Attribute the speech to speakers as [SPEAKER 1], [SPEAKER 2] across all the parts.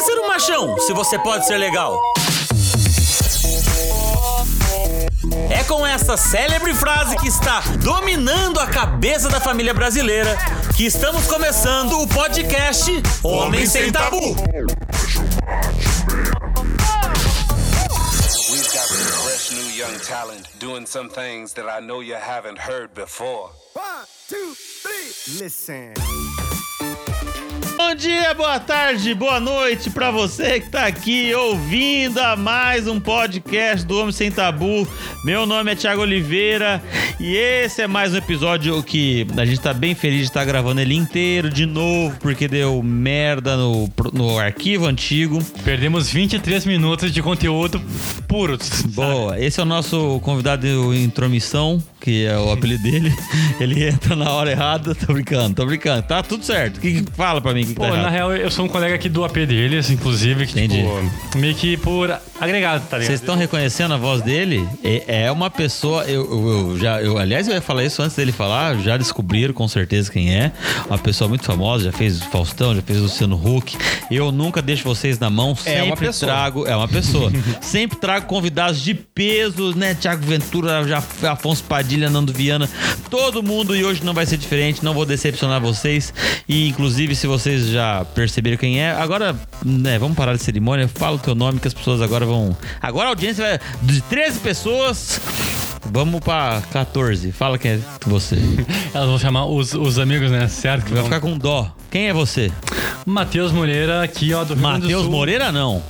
[SPEAKER 1] ser um machão se você pode ser legal? É com essa célebre frase que está dominando a cabeça da família brasileira que estamos começando o podcast Homem Sem Tabu.
[SPEAKER 2] We've got some fresh new young talent doing some things that I know you haven't heard before.
[SPEAKER 3] One, two, three. Listen.
[SPEAKER 4] Bom dia, boa tarde, boa noite pra você que tá aqui ouvindo a mais um podcast do Homem Sem Tabu. Meu nome é Thiago Oliveira e esse é mais um episódio que a gente tá bem feliz de estar gravando ele inteiro de novo, porque deu merda no, no arquivo antigo.
[SPEAKER 5] Perdemos 23 minutos de conteúdo puro.
[SPEAKER 4] Boa, esse é o nosso convidado em intromissão, que é o apelido dele. Ele entra na hora errada, tô brincando, tô brincando. Tá tudo certo. Que, que- fala pra mim o que, que
[SPEAKER 5] Pô,
[SPEAKER 4] tá errado.
[SPEAKER 5] na real, eu sou um colega aqui do AP deles, inclusive, que,
[SPEAKER 4] Entendi.
[SPEAKER 5] tipo, meio que por agregado, tá ligado?
[SPEAKER 4] Vocês estão reconhecendo a voz dele? É é uma pessoa. Eu, eu- eu já, eu, aliás, eu ia falar isso antes dele falar. Já descobriram com certeza quem é. Uma pessoa muito famosa. Já fez Faustão, já fez Luciano Huck. Eu nunca deixo vocês na mão. Sempre
[SPEAKER 6] uma pessoa.
[SPEAKER 4] trago. É uma pessoa. sempre trago convidados de peso, né? Tiago Ventura, já, Afonso Padilha, Nando Viana. Todo mundo. E hoje não vai ser diferente. Não vou decepcionar vocês. E inclusive, se vocês já perceberam quem é, agora, né? Vamos parar de cerimônia. Fala o teu nome que as pessoas agora vão. Agora a audiência vai de 13 pessoas. Vamos pra 14. Fala quem é você.
[SPEAKER 5] Elas vão chamar os, os amigos, né? Certo?
[SPEAKER 4] Vai ficar com dó. Quem é você?
[SPEAKER 5] Matheus Moreira, aqui, ó, do Rio Grande do
[SPEAKER 4] Matheus
[SPEAKER 5] Sul.
[SPEAKER 4] Moreira, não.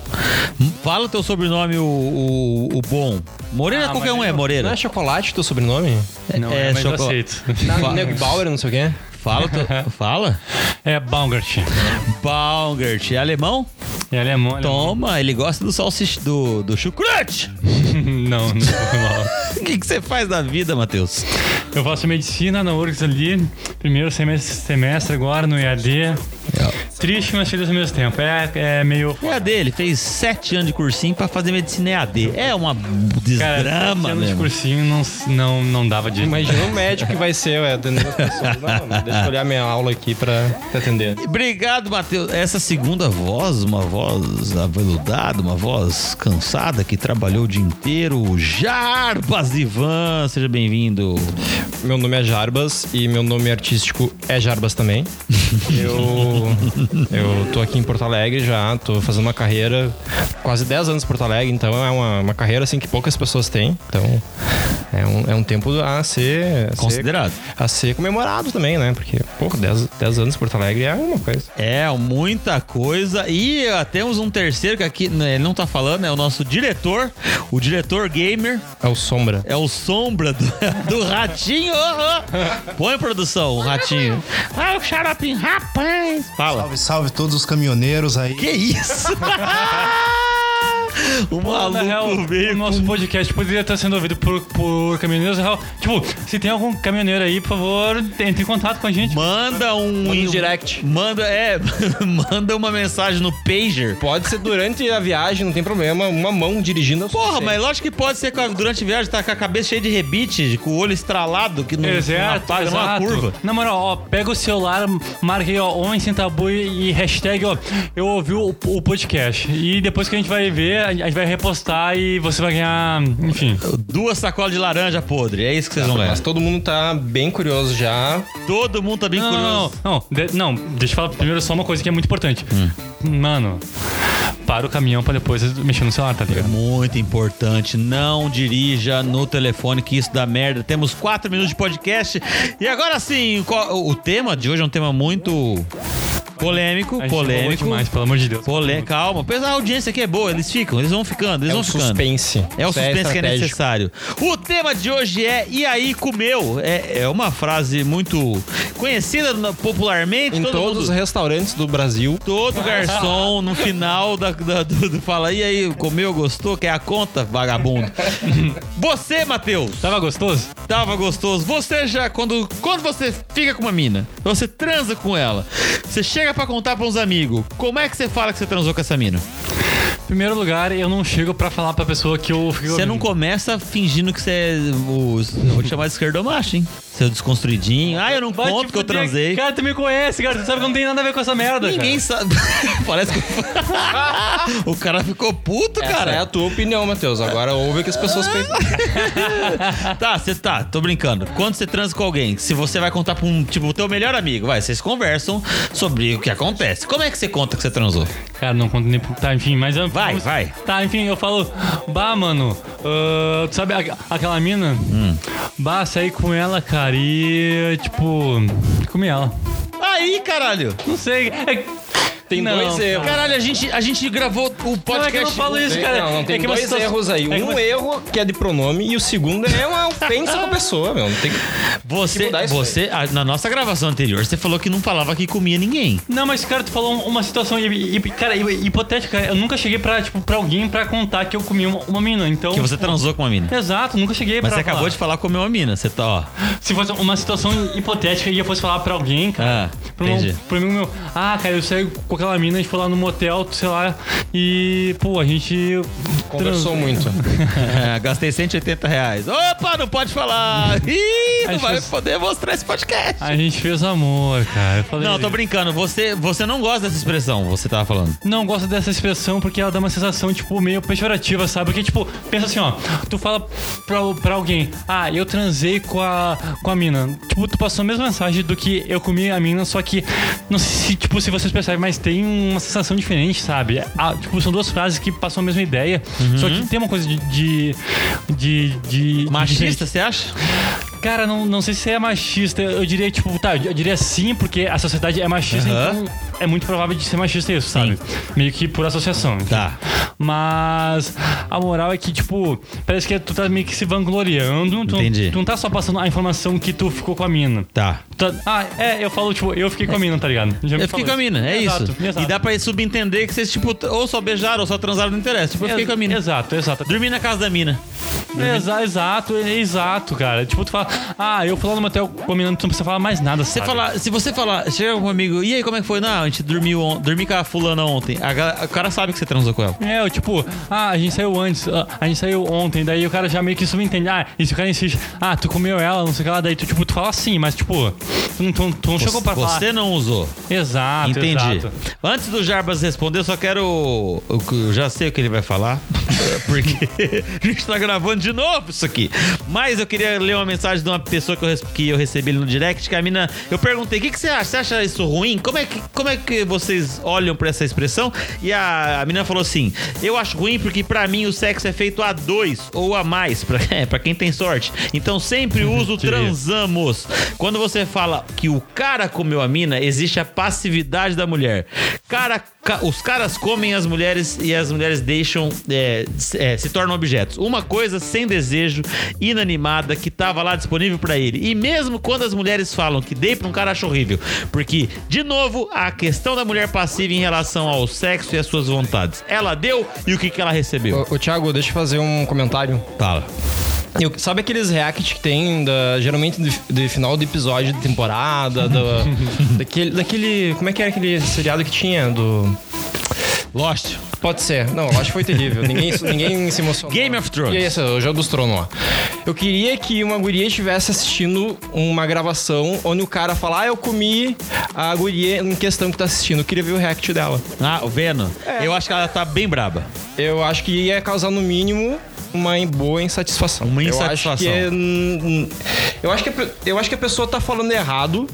[SPEAKER 4] Fala o teu sobrenome, o, o, o bom. Moreira,
[SPEAKER 5] Ah,
[SPEAKER 4] qualquer
[SPEAKER 5] mas
[SPEAKER 4] um é
[SPEAKER 5] eu-
[SPEAKER 4] Moreira.
[SPEAKER 6] Não é chocolate teu sobrenome?
[SPEAKER 5] Não, é,
[SPEAKER 4] É,
[SPEAKER 5] mas eu
[SPEAKER 4] chocolate.
[SPEAKER 5] aceito.
[SPEAKER 4] Fa-
[SPEAKER 6] Nego Bauer, não sei o quê.
[SPEAKER 4] Fala, o teu- fala.
[SPEAKER 5] É Baumgart.
[SPEAKER 4] Baumgart, é alemão?
[SPEAKER 5] É alemão, alemão.
[SPEAKER 4] Toma, ele gosta do salsicha do, do chucrute.
[SPEAKER 5] não, não, não.
[SPEAKER 4] O que que você faz da vida, Matheus?
[SPEAKER 5] Eu faço medicina na URGS ali, primeiro semestre, semestre agora no EAD. Triste, mas feliz ao mesmo tempo. É, é meio...
[SPEAKER 4] É a dele, fez sete anos de cursinho pra fazer medicina EAD. É uma
[SPEAKER 5] Cara,
[SPEAKER 4] desgrama,
[SPEAKER 5] sete anos de
[SPEAKER 4] mesmo.
[SPEAKER 5] cursinho não, não, não dava de...
[SPEAKER 6] Imagina o médico que vai ser, ué, atendendo as pessoas. Não, deixa eu olhar minha aula aqui pra te atender.
[SPEAKER 4] Obrigado, Matheus. Essa segunda voz, uma voz aveludada, uma voz cansada que trabalhou o dia inteiro. Jarbas Ivan, seja bem-vindo.
[SPEAKER 6] Meu nome é Jarbas e meu nome artístico é Jarbas também. Eu, eu tô aqui em Porto Alegre já, tô fazendo uma carreira quase 10 anos em Porto Alegre, então é uma, uma carreira assim que poucas pessoas têm. Então é um, é um tempo a ser, a ser
[SPEAKER 4] Considerado.
[SPEAKER 6] a ser comemorado também, né? Porque, pô, 10, 10 anos em Porto Alegre é uma coisa.
[SPEAKER 4] É, muita coisa. E ó, temos um terceiro que aqui né, ele não tá falando, é o nosso diretor, o diretor gamer,
[SPEAKER 6] É o Sombra.
[SPEAKER 4] é o sombra do, do ratinho. Oh, oh. Põe produção, o ratinho. Ah, o xaropinho, rapaz. Fala.
[SPEAKER 7] Salve, salve todos os caminhoneiros aí.
[SPEAKER 4] Que isso? o maluco
[SPEAKER 5] Na real,
[SPEAKER 4] veio
[SPEAKER 5] o nosso podcast poderia estar sendo ouvido por, por caminhoneiros. Na real, tipo, se tem algum caminhoneiro aí, por favor, entre em contato com a gente.
[SPEAKER 4] Manda um.
[SPEAKER 6] Manda um direct.
[SPEAKER 4] Manda, é. manda uma mensagem no Pager.
[SPEAKER 6] Pode ser durante a viagem, não tem problema. Uma mão dirigindo. é o
[SPEAKER 4] Porra,
[SPEAKER 6] suficiente.
[SPEAKER 4] Ah, mas lógico que pode ser que durante a viagem tá com a cabeça cheia de rebite, com o olho estralado, que não, não
[SPEAKER 5] Exato,
[SPEAKER 4] faz é uma
[SPEAKER 5] exato.
[SPEAKER 4] curva.
[SPEAKER 5] Na moral, ó, pega o celular, marca aí, ó, Homem Sem Tabu e hashtag, ó, eu ouvi o, o podcast. E depois que a gente vai ver, a gente vai repostar e você vai ganhar, enfim.
[SPEAKER 4] Duas sacolas de laranja podre, é isso que vocês vão ganhar.
[SPEAKER 6] Mas todo mundo tá bem curioso já.
[SPEAKER 4] Todo mundo tá bem
[SPEAKER 5] Não, não,
[SPEAKER 4] curioso.
[SPEAKER 5] não, não, de- não, deixa eu falar primeiro só uma coisa que é muito importante.
[SPEAKER 4] Hum.
[SPEAKER 5] Mano, para o caminhão pra depois mexer no celular, tá ligado?
[SPEAKER 4] É Muito importante, não dirija no telefone que isso dá merda. Temos quatro minutos de podcast. E agora sim, qual- o tema de hoje é um tema muito polêmico,
[SPEAKER 5] A gente falou
[SPEAKER 4] polêmico.
[SPEAKER 5] demais, pelo amor de Deus.
[SPEAKER 4] Polê, calma. Pois a audiência aqui é boa, eles ficam, eles vão ficando, eles
[SPEAKER 6] É
[SPEAKER 4] vão
[SPEAKER 6] o
[SPEAKER 4] ficando.
[SPEAKER 6] suspense.
[SPEAKER 4] É o
[SPEAKER 6] Isso é
[SPEAKER 4] suspense que é
[SPEAKER 6] estratégico.
[SPEAKER 4] necessário. O tema de hoje é E aí comeu? É, é uma frase muito conhecida no- popularmente.
[SPEAKER 6] Em
[SPEAKER 4] todo
[SPEAKER 6] todos os
[SPEAKER 4] mundo-
[SPEAKER 6] restaurantes do Brasil.
[SPEAKER 4] Todo garçom no final da, da- do, do- fala, e aí, comeu, gostou? Quer a conta, vagabundo? você, Matheus,
[SPEAKER 5] Tava gostoso?
[SPEAKER 4] tava gostoso. Você já, quando, quando você fica com uma mina, você transa com ela, você chega pra contar pra uns amigos, como é que você fala que você transou com essa mina?
[SPEAKER 5] Primeiro lugar, eu não chego pra falar pra pessoa que eu fico.
[SPEAKER 4] Você não começa fingindo que você é. O, vou te chamar de esquerdomacho, hein? Seu desconstruidinho. Ah, eu não
[SPEAKER 5] Vai te
[SPEAKER 4] conto que eu
[SPEAKER 5] fuder.
[SPEAKER 4] transei.
[SPEAKER 5] Cara, tu me conhece, cara. Tu sabe que não tem nada a ver com essa merda,
[SPEAKER 4] Ninguém sabe. Parece que. o cara ficou puto,
[SPEAKER 6] Cara, Ah,
[SPEAKER 4] cara.
[SPEAKER 6] é a tua opinião, Matheus. Agora ouve o que as pessoas pensam.
[SPEAKER 4] Tá, você tá, tô brincando. Quando você transa com alguém, se você vai contar pra um, tipo, o teu melhor amigo, vai, vocês conversam sobre o que acontece. Como é que você conta que você transou?
[SPEAKER 5] cara. Cara, não conta nem... pro- Tá, enfim, mas... eu-
[SPEAKER 4] Vai, vai.
[SPEAKER 5] Tá, enfim, eu falo... Bah, mano, ah, tu sabe a- aquela mina?
[SPEAKER 4] Hum.
[SPEAKER 5] Bah, saí com ela, cara, e... Tipo... Comi ela.
[SPEAKER 4] Aí, caralho!
[SPEAKER 5] Não sei. É...
[SPEAKER 6] Tem
[SPEAKER 5] Não,
[SPEAKER 6] dois erros.
[SPEAKER 4] Caralho, a gente, a gente gravou o podcast.
[SPEAKER 5] Não, é que eu não falo isso,
[SPEAKER 6] Tem-
[SPEAKER 5] cara.
[SPEAKER 6] Não, não tem
[SPEAKER 5] é que
[SPEAKER 6] dois
[SPEAKER 5] você tá-
[SPEAKER 6] erros aí.
[SPEAKER 5] é que
[SPEAKER 6] um
[SPEAKER 5] você-
[SPEAKER 6] erro que é de pronome e o segundo é uma ofensa pra pessoa, meu. Não tem...
[SPEAKER 4] Você,
[SPEAKER 5] Tipo,
[SPEAKER 6] mudar isso
[SPEAKER 4] você a- na nossa gravação anterior, você falou que não falava que comia ninguém.
[SPEAKER 5] Não, mas, cara, tu falou uma situação, hi- hi- cara, hi- hipotética. Eu nunca cheguei pra, tipo, pra alguém pra contar que eu comi uma, uma mina, então...
[SPEAKER 4] Que você transou com uma mina.
[SPEAKER 5] Exato, nunca cheguei
[SPEAKER 4] Mas
[SPEAKER 5] pra
[SPEAKER 4] você acabou
[SPEAKER 5] falar.
[SPEAKER 4] de falar que comeu uma mina. Você tá, ó.
[SPEAKER 5] Se fosse uma situação hipotética e eu fosse falar pra alguém, cara...
[SPEAKER 4] Ah,
[SPEAKER 5] Pra um,
[SPEAKER 4] entendi.
[SPEAKER 5] pra um amigo meu, ah, cara, eu saí com aquela mina, a gente foi lá no motel, sei lá, e, pô, a gente.
[SPEAKER 6] Conversou muito.
[SPEAKER 4] É, gastei 180 reais. Opa, não pode falar! Ih, não
[SPEAKER 5] Acho
[SPEAKER 4] vai
[SPEAKER 5] que-
[SPEAKER 4] poder mostrar esse podcast.
[SPEAKER 5] A gente fez amor, cara. Eu falei,
[SPEAKER 4] Não, tô brincando. Você, você não gosta dessa expressão, você tava falando.
[SPEAKER 5] Não gosto dessa expressão porque ela dá uma sensação, tipo, meio pejorativa, sabe? Porque, tipo, pensa assim, ó, tu fala pra, pra alguém, ah, eu transei com a, com a mina. Tipo, tu passou a mesma mensagem do que eu comi a mina, só que, não sei se, tipo, se vocês percebem, mas tem uma sensação diferente, sabe? Ah, tipo, são duas frases que passam a mesma ideia, só que tem uma coisa de. de. de. de- de
[SPEAKER 4] Machista, você acha?
[SPEAKER 5] Cara, não, não sei se é machista. Eu diria, tipo, tá, eu diria sim, porque a sociedade é machista,
[SPEAKER 4] Aham.
[SPEAKER 5] então é muito provável de ser machista isso, sabe? Meio que por associação. enfim.
[SPEAKER 4] Tá.
[SPEAKER 5] Mas a moral é que, tipo, parece que tu tá meio que se vangloriando. Tu,
[SPEAKER 4] Entendi.
[SPEAKER 5] Tu não tá só passando a informação que tu ficou com a mina.
[SPEAKER 4] Tá.
[SPEAKER 5] Tu tá- ah, é, eu falo, tipo, eu fiquei com a mina, tá ligado? Já me
[SPEAKER 4] Eu fiquei
[SPEAKER 5] falou
[SPEAKER 4] com a mina, é
[SPEAKER 5] Exato,
[SPEAKER 4] isso.
[SPEAKER 5] Exato.
[SPEAKER 4] E dá pra subentender que vocês, tipo, t- ou só beijaram ou só transaram, não interessa. Tipo, eu fiquei com a mina.
[SPEAKER 5] Exato, exato.
[SPEAKER 4] Dormi na casa da mina.
[SPEAKER 5] Exa- exato, exato, cara. Tipo, tu fala, ah, eu fui lá no motel combinando, tu não precisa falar mais nada.
[SPEAKER 4] Você falar, se você falar, chega com um amigo, e aí, como é que foi? Não, a gente dormiu on- dormi com a fulana ontem. A gal- o cara sabe que você transou com ela.
[SPEAKER 5] É, eu, tipo, ah, a gente saiu antes, ah, a gente saiu ontem, daí o cara já meio que subentende, ah, e se o cara insiste, ah, tu comeu ela, não sei o que lá, daí tu, tipo, tu fala assim, mas, tipo, tu não, tu, tu não chegou pra falar.
[SPEAKER 4] você não usou.
[SPEAKER 5] Exato,
[SPEAKER 4] Entendi.
[SPEAKER 5] exato.
[SPEAKER 4] Antes do Jarbas responder, eu só quero. Eu eu já sei o que ele vai falar, porque a gente tá gravando de novo isso aqui. Mas eu queria ler uma mensagem de uma pessoa que eu, res- que eu recebi ali no direct, que a mina. Eu perguntei: o que, que você acha? Você acha isso ruim? Como é, que, como é que vocês olham pra essa expressão? E a, a mina falou assim: eu acho ruim porque pra mim o sexo é feito a dois ou a mais, pra, é, pra quem tem sorte. Então sempre uso o transamos. Quando você fala que o cara comeu a mina, existe a passividade da mulher. Cara, ca- os caras comem as mulheres e as mulheres deixam. é, se- é, se tornam objetos. Uma coisa sem desejo, inanimada, que tava lá disponível pra ele. E mesmo quando as mulheres falam que dei pra um cara, acho horrível. Porque, de novo, a questão da mulher passiva em relação ao sexo e às suas vontades. Ela deu e o que, que ela recebeu?
[SPEAKER 6] Ô, ô, Thiago, deixa eu fazer um comentário.
[SPEAKER 4] Fala.
[SPEAKER 6] Eu- sabe aqueles react que tem da- geralmente de, de final de episódio de temporada, da- daquele, daquele. Como é que era aquele seriado que tinha? Do.
[SPEAKER 4] Lost.
[SPEAKER 6] Pode ser. Não, eu acho que foi terrível. ninguém, ninguém se emocionou.
[SPEAKER 4] Game of Thrones.
[SPEAKER 6] E esse, é o jogo dos tronos lá. Eu queria que uma guria estivesse assistindo uma gravação onde o cara fala, ah, eu comi a guria em questão que tá assistindo. Eu queria ver o react dela.
[SPEAKER 4] Ah, o Venom.
[SPEAKER 5] é.
[SPEAKER 4] Eu acho que ela tá bem braba.
[SPEAKER 6] Eu acho que ia causar, no mínimo, uma boa insatisfação.
[SPEAKER 4] Uma
[SPEAKER 6] Eu acho que,
[SPEAKER 4] insatisfação.
[SPEAKER 6] é, hum, hum, eu acho que, a, pe- eu acho que a pessoa tá falando errado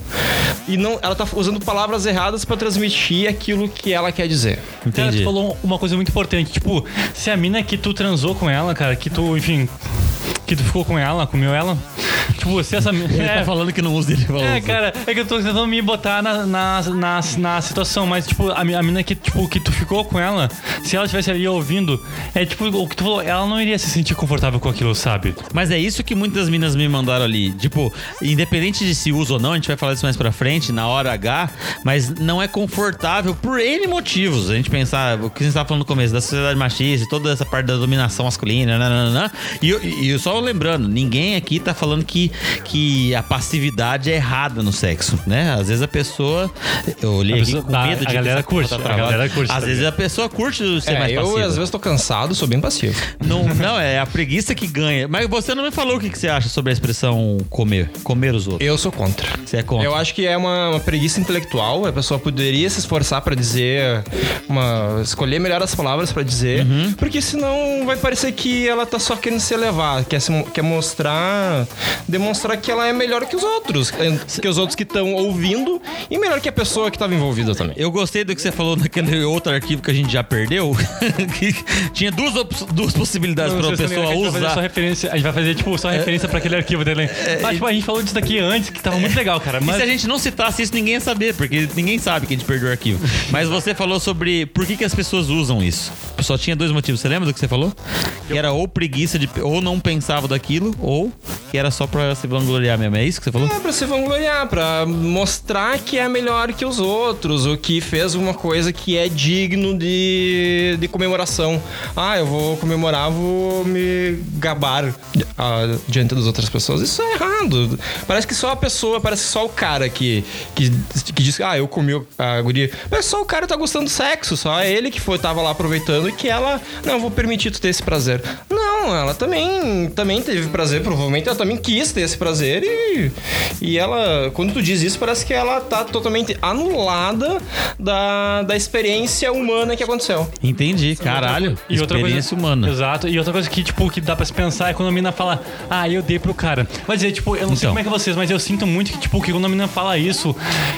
[SPEAKER 6] e não, ela tá usando palavras erradas pra transmitir aquilo que ela quer dizer.
[SPEAKER 5] Cara,
[SPEAKER 4] Entendi.
[SPEAKER 5] tu falou uma coisa muito importante, tipo, se a mina que tu transou com ela, cara, que tu, enfim, que tu ficou com ela, comeu ela, tipo, se essa mina...
[SPEAKER 4] Ele tá falando que não usa ele falou.
[SPEAKER 5] É, cara, é que eu tô tentando me botar na, na, na, na situação, mas, tipo, a, mi- a mina que, tipo, que tu ficou com ela, se ela estivesse ali ouvindo, é tipo o que tu falou, ela não iria se sentir confortável com aquilo, sabe?
[SPEAKER 4] Mas é isso que muitas minas me mandaram ali. Tipo, independente de se usa ou não, a gente vai falar isso mais pra frente, na hora H, mas não é confortável por N motivos. A gente pensar, o que a gente tava falando no começo, da sociedade machista né, e toda essa parte da dominação masculina, nananana. E, eu- e eu só lembrando, ninguém aqui tá falando que que, que a passividade é errada no sexo, né? Às vezes a pessoa. Eu olhei
[SPEAKER 5] A
[SPEAKER 4] aqui
[SPEAKER 5] pessoa-
[SPEAKER 4] com
[SPEAKER 5] a-
[SPEAKER 4] medo de
[SPEAKER 5] a galera
[SPEAKER 4] pensar que ela
[SPEAKER 5] curte, a
[SPEAKER 4] travada.
[SPEAKER 5] galera curte,
[SPEAKER 4] Às
[SPEAKER 5] tá
[SPEAKER 4] vezes
[SPEAKER 5] ligado?
[SPEAKER 4] a pessoa curte ser
[SPEAKER 6] É,
[SPEAKER 4] mais
[SPEAKER 6] eu
[SPEAKER 4] passiva.
[SPEAKER 6] às vezes tô cansado, sou bem passivo.
[SPEAKER 4] Não, não, é a preguiça que ganha. Mas você não me falou o que, que você acha sobre a expressão comer, comer os outros.
[SPEAKER 6] Eu sou contra.
[SPEAKER 4] Você é contra?
[SPEAKER 6] Eu acho que é uma, uma preguiça intelectual. A pessoa poderia se esforçar pra dizer, uma- escolher melhor as palavras pra dizer, porque senão vai parecer que ela tá só querendo se elevar, quer, se mo- quer mostrar, demonstrar que ela é melhor que os outros, é, que os outros que estão ouvindo e melhor que a pessoa que tava envolvida também.
[SPEAKER 4] Eu gostei do que você falou naquele outro arquivo que a gente já perdeu. que tinha duas, op- duas possibilidades para
[SPEAKER 5] Não
[SPEAKER 4] a
[SPEAKER 5] sei se
[SPEAKER 4] pessoa
[SPEAKER 5] também, Tipo, a gente vai fazer só
[SPEAKER 4] usar.
[SPEAKER 5] referência- a gente vai fazer, tipo, só referência pra aquele arquivo dele. ah, tipo, a gente falou disso daqui antes, que tava muito legal, cara.
[SPEAKER 4] E
[SPEAKER 5] Mas
[SPEAKER 4] se a gente não citasse isso, ninguém ia saber, porque ninguém sabe que a gente perdeu o arquivo. Mas você falou sobre por que, que as pessoas usam isso. Só tinha dois motivos. Você lembra do que você falou? Que era ou preguiça de. ou não pensava daquilo, ou que era só pra se vangloriar mesmo. É isso que você falou?
[SPEAKER 6] É, pra se vangloriar, pra mostrar que é melhor que os outros, ou que fez uma coisa que é digno de, de comemoração. Ah, eu vou comemorar, vou me gabar ah, diante das outras pessoas. Isso é errado. Parece que só a pessoa, parece que só o cara que, que, que diz, ah, eu comi a guria. Mas só o cara tá gostando do sexo, só é ele que foi, tava lá aproveitando e que ela, não, eu vou permitir tu ter esse prazer. Não, ela também, também teve prazer, provavelmente ela também quis ter esse prazer e, e ela, quando tu diz isso, parece que ela tá totalmente anulada da, da experiência humana que aconteceu.
[SPEAKER 4] Entendi. Caralho.
[SPEAKER 5] E é outra
[SPEAKER 4] experiência
[SPEAKER 5] coisa,
[SPEAKER 4] humana.
[SPEAKER 5] Exato. E outra coisa que, tipo, que dá pra se pensar é quando a mina fala, ah, eu dei pro cara. Mas é, tipo, eu não sei
[SPEAKER 4] Então.
[SPEAKER 5] como é que é vocês, mas eu sinto muito que, tipo, que quando a mina fala isso,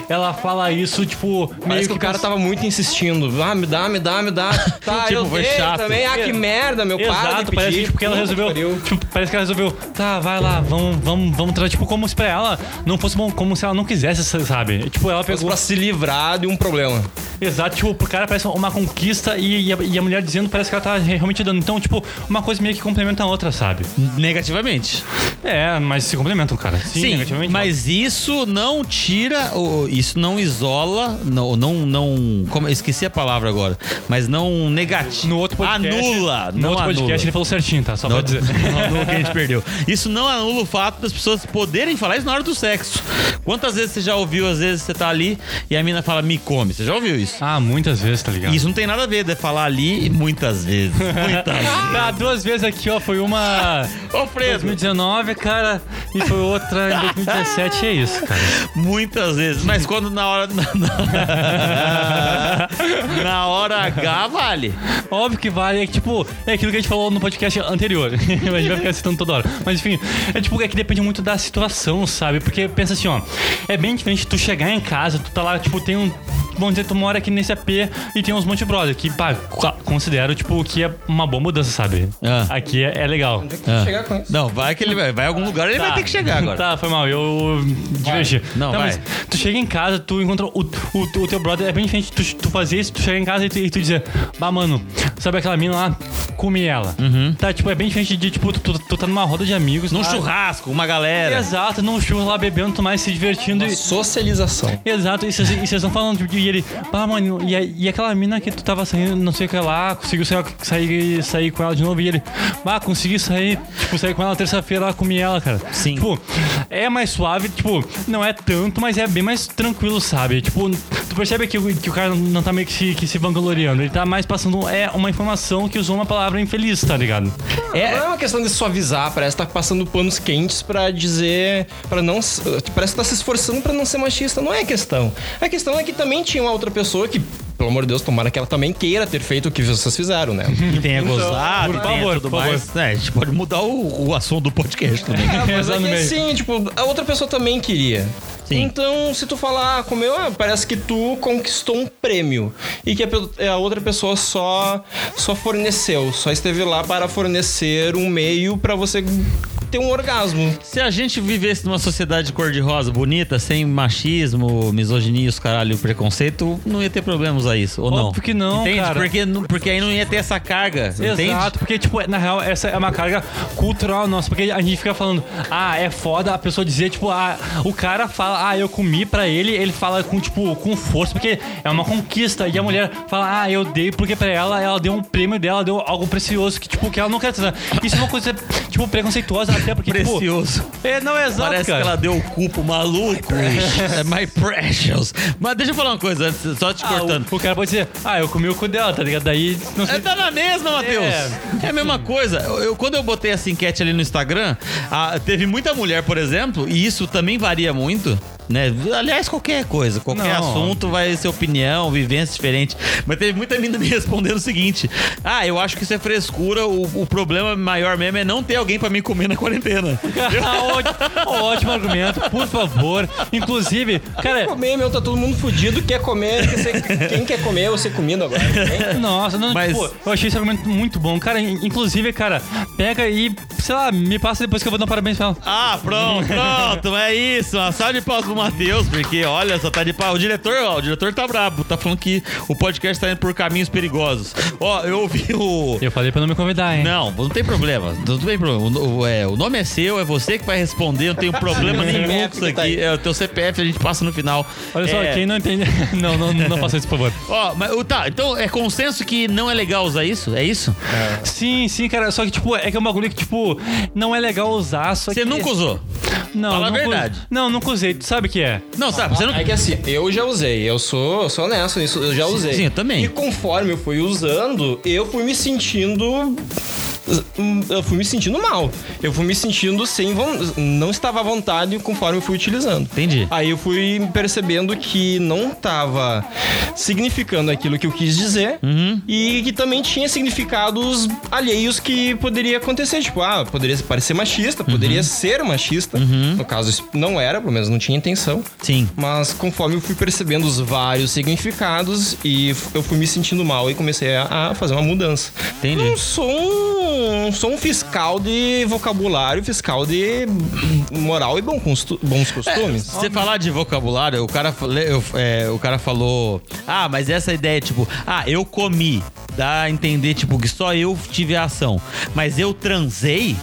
[SPEAKER 5] ela fala isso, tipo, meio
[SPEAKER 6] Parece que o cara
[SPEAKER 5] pensa-
[SPEAKER 6] tava muito insistindo. Ah, me dá, me dá, me dá. Tá,
[SPEAKER 4] Tipo,
[SPEAKER 6] eu
[SPEAKER 4] foi
[SPEAKER 6] dei
[SPEAKER 4] chato.
[SPEAKER 6] também. Ah, que merda, meu para de
[SPEAKER 5] Exato,
[SPEAKER 6] pedir.
[SPEAKER 5] parece que, tipo, que ela
[SPEAKER 6] Puta que
[SPEAKER 5] resolveu.
[SPEAKER 6] pariu.
[SPEAKER 5] tipo, parece que ela resolveu. Tá, vai lá, vamos, vamos, vamos trazer. Tipo, como se pra ela não fosse bom, como se ela não quisesse, sabe? Tipo, ela
[SPEAKER 6] Mas
[SPEAKER 5] pegou.
[SPEAKER 6] pra se livrar de um problema.
[SPEAKER 5] Exato, tipo, pro cara parece uma conquista e, e a, e a mulher dizendo parece que ela tá realmente dando. Então, tipo, uma coisa meio que complementa a outra, sabe?
[SPEAKER 4] Negativamente.
[SPEAKER 5] É, mas se complementam, cara. Sim,
[SPEAKER 4] Sim,
[SPEAKER 5] negativamente.
[SPEAKER 4] mas isso não tira, o- isso não isola, não, não, não como, eu esqueci a palavra agora, mas não negativo.
[SPEAKER 5] No outro podcast.
[SPEAKER 4] Anula,
[SPEAKER 5] no
[SPEAKER 4] não
[SPEAKER 5] outro podcast
[SPEAKER 4] anula.
[SPEAKER 5] ele falou certinho, tá? Só
[SPEAKER 4] Não
[SPEAKER 5] pra dizer.
[SPEAKER 4] não anula o que a gente perdeu. Isso não anula o fato das pessoas poderem falar isso na hora do sexo. Quantas vezes você já ouviu, às vezes você tá ali e a mina fala, me come. Você já ouviu isso?
[SPEAKER 5] Ah, muitas vezes, tá ligado?
[SPEAKER 4] Isso não tem nada a ver, de falar ali muitas vezes. Muitas vezes.
[SPEAKER 5] Tá, duas vezes aqui, ó. Foi uma
[SPEAKER 4] Ô,
[SPEAKER 5] em
[SPEAKER 4] Fredo,
[SPEAKER 5] 2019, cara, e foi outra em 2017. É isso, cara.
[SPEAKER 4] Muitas vezes, mas quando na hora. Na, na hora H, vale.
[SPEAKER 5] Óbvio que vale, é que, tipo, é aquilo que a gente falou no podcast anterior. a gente vai ficar citando toda hora. Mas enfim, é tipo, é que depende muito da situação, sabe? Porque pensa assim, ó, é bem diferente tu chegar em casa, tu tá lá, tipo, tem um. Vamos dizer, tu mora aqui nesse AP e tem uns Monte Brother, que, pá, co- considero, tipo, que é uma boa mudança, sabe?
[SPEAKER 4] Ah.
[SPEAKER 5] Aqui é, é legal.
[SPEAKER 6] Chegar com isso.
[SPEAKER 4] Não, vai que ele vai. Vai em algum lugar, ele vai ter que chegar agora.
[SPEAKER 5] Tá, foi mal, eu divergi. Então,
[SPEAKER 4] Não, vai.
[SPEAKER 5] tu chega em casa, tu encontra o, o, o teu brother, é bem diferente tu, tu fazer isso, tu chega em casa e tu, e tu dizer, bah, mano, sabe aquela mina lá? Comi ela. Tá, tipo, é bem diferente de, tipo, tu, tu, tu tá numa roda de amigos.
[SPEAKER 4] Uhum. Num
[SPEAKER 5] lá,
[SPEAKER 4] churrasco, uma galera.
[SPEAKER 5] Exato, num churro lá bebendo, tu mais se divertindo. E,
[SPEAKER 6] Socialização.
[SPEAKER 5] exato, e vocês e vocês estão falando, tipo, e ele, bah, mano, e, a- e aquela mina que tu tava saindo, não sei o que lá, conseguiu sair, sair, sair com ela de novo, e ele, bah, consegui sair, tipo, sair com ela terça-feira lá, comi ela, cara.
[SPEAKER 4] Sim.
[SPEAKER 5] Tipo, é mais suave, tipo, não é tanto, mas é bem mais tranquilo, sabe? Tipo, tu percebe que, o- que o cara não tá meio que se, que se vangloriando, ele tá mais passando é, uma informação que usou uma palavra infeliz, tá ligado?
[SPEAKER 6] É, não é uma questão de suavizar, parece que tá passando panos quentes pra dizer, pra não, s- parece que tá se esforçando pra não ser machista, não é questão. A questão é que também tinha uma outra pessoa que, pelo amor de Deus, tomara que ela também queira ter feito o que vocês fizeram, né?
[SPEAKER 4] Que tenha gozado,
[SPEAKER 5] por
[SPEAKER 4] que tenha
[SPEAKER 5] favor,
[SPEAKER 4] tudo
[SPEAKER 5] por
[SPEAKER 4] mais. É, a gente pode mudar o, o assunto do podcast também.
[SPEAKER 6] Ah, mas
[SPEAKER 5] Exato,
[SPEAKER 6] é que
[SPEAKER 5] meio.
[SPEAKER 6] assim, tipo, a outra pessoa também queria.
[SPEAKER 4] Sim.
[SPEAKER 6] Então, se tu falar, ah, comeu, ah, parece que tu conquistou um prêmio e que a, pe- a outra pessoa só só forneceu, só esteve lá para fornecer um meio pra você ter um orgasmo.
[SPEAKER 4] Se a gente vivesse numa sociedade cor-de-rosa, bonita, sem machismo, misoginia, os caralho, preconceito, não ia ter problema usar isso, ou não?
[SPEAKER 5] Óbvio que não,
[SPEAKER 4] Entende?
[SPEAKER 5] cara.
[SPEAKER 4] Porque, não- porque aí não ia ter essa carga,
[SPEAKER 5] Exato,
[SPEAKER 4] entende?
[SPEAKER 5] porque, tipo, na real, essa é uma carga cultural nossa, porque a gente fica falando, ah, é foda a pessoa dizer, tipo, ah, o cara fala, ah, eu comi pra ele, ele fala com, tipo, com força, porque é uma conquista, e a mulher fala, ah, eu dei, porque pra ela, ela deu um prêmio dela, deu algo precioso, que, tipo, que ela não quer tratar. Isso é uma coisa, tipo, preconceituosa, Até porque, tipo,
[SPEAKER 4] Precioso.
[SPEAKER 5] é, não é exato,
[SPEAKER 4] Parece
[SPEAKER 5] cara.
[SPEAKER 4] que ela tá deu o cupo maluco. É My precious. Mas deixa eu falar uma coisa, antes, só te
[SPEAKER 5] Ah,
[SPEAKER 4] cortando.
[SPEAKER 5] o, o cara pode dizer, ah, eu comi o cu dela, tá ligado? Daí, não
[SPEAKER 4] É,
[SPEAKER 5] sei...
[SPEAKER 4] tá na mesma, Matheus. É. a mesma coisa. Eu, eu- quando eu botei essa enquete ali no Instagram, ah, teve muita mulher, por exemplo, e isso também varia muito. Né? Aliás, qualquer coisa, qualquer
[SPEAKER 5] Não.
[SPEAKER 4] assunto vai ser opinião, vivência diferente. Mas teve muita mina me respondendo o seguinte: Ah, eu acho que isso é frescura. O, o problema maior mesmo é não ter alguém pra me comer na quarentena.
[SPEAKER 5] Ah, ótimo, ótimo argumento, por favor. Inclusive, cara,
[SPEAKER 6] Comer, meu, tá todo mundo fudido, quer comer, quer ser- quem quer comer, eu ser comido agora. tá Ninguém.
[SPEAKER 5] Nossa, não,
[SPEAKER 4] Mas-
[SPEAKER 5] tipo, eu achei esse argumento muito bom. Cara, in- inclusive, cara, pega e, sei lá, me passa depois que eu vou dar um parabéns pra ela.
[SPEAKER 4] Ah, pronto, pronto, é isso. Uma salva de palmas pro Matheus, porque olha, só tá de pau. O diretor, ó, o diretor tá brabo, tá falando que o podcast tá indo por caminhos perigosos. Ó, eu ouvi o.
[SPEAKER 5] Eu falei pra não me convidar, hein?
[SPEAKER 4] Não, não tem problema. Não tem problema. O, no- o- é, o nome é seu, é você que vai responder, não tem problema nenhum com isso
[SPEAKER 6] que tá
[SPEAKER 4] aqui.
[SPEAKER 6] aí.
[SPEAKER 4] É o teu CPF, a gente passa no final.
[SPEAKER 5] Olha só,
[SPEAKER 4] É,
[SPEAKER 5] quem não entende. Não, não, não faça isso, por favor.
[SPEAKER 4] Ó, mas o- tá, então é consenso que não é legal usar isso? É isso?
[SPEAKER 5] Sim, sim, cara. Só que, tipo, é que é um bagulho que, tipo, não é legal usar. Só
[SPEAKER 4] Você
[SPEAKER 5] que...
[SPEAKER 4] nunca usou?
[SPEAKER 5] Não,
[SPEAKER 4] Fala a
[SPEAKER 5] nunca usei.
[SPEAKER 4] verdade.
[SPEAKER 5] Não, nunca usei. Tu sabe o que é?
[SPEAKER 4] Não, sabe? Você nunca.
[SPEAKER 6] É que assim, eu já usei, eu sou, eu sou honesto nisso, eu já usei.
[SPEAKER 4] sim, eu também.
[SPEAKER 6] E conforme eu fui usando, eu fui me sentindo. Eu fui me sentindo mal. Eu fui me sentindo sem. von- Não estava à vontade conforme eu fui utilizando.
[SPEAKER 4] Entendi.
[SPEAKER 6] Aí eu fui percebendo que não tava significando aquilo que eu quis dizer
[SPEAKER 4] Uhum.
[SPEAKER 6] e que também tinha significados alheios que poderia acontecer. Tipo, ah, poderia parecer machista,
[SPEAKER 4] Uhum.
[SPEAKER 6] poderia ser machista. No caso, isso não era, pelo menos não tinha intenção.
[SPEAKER 4] Sim.
[SPEAKER 6] Mas conforme eu fui percebendo os vários significados e f- eu fui me sentindo mal e comecei a, a fazer uma mudança.
[SPEAKER 4] Entendi.
[SPEAKER 6] Não sou um, sou um fiscal de vocabulário, fiscal de moral e bom constu-
[SPEAKER 4] É,
[SPEAKER 6] bons costumes.
[SPEAKER 4] Você falar de vocabulário, o cara, fa- le- eu- é, o cara falou. Ah, mas essa ideia, tipo, ah, eu comi. Dá a entender, tipo, que só eu tive a ação. Mas eu transei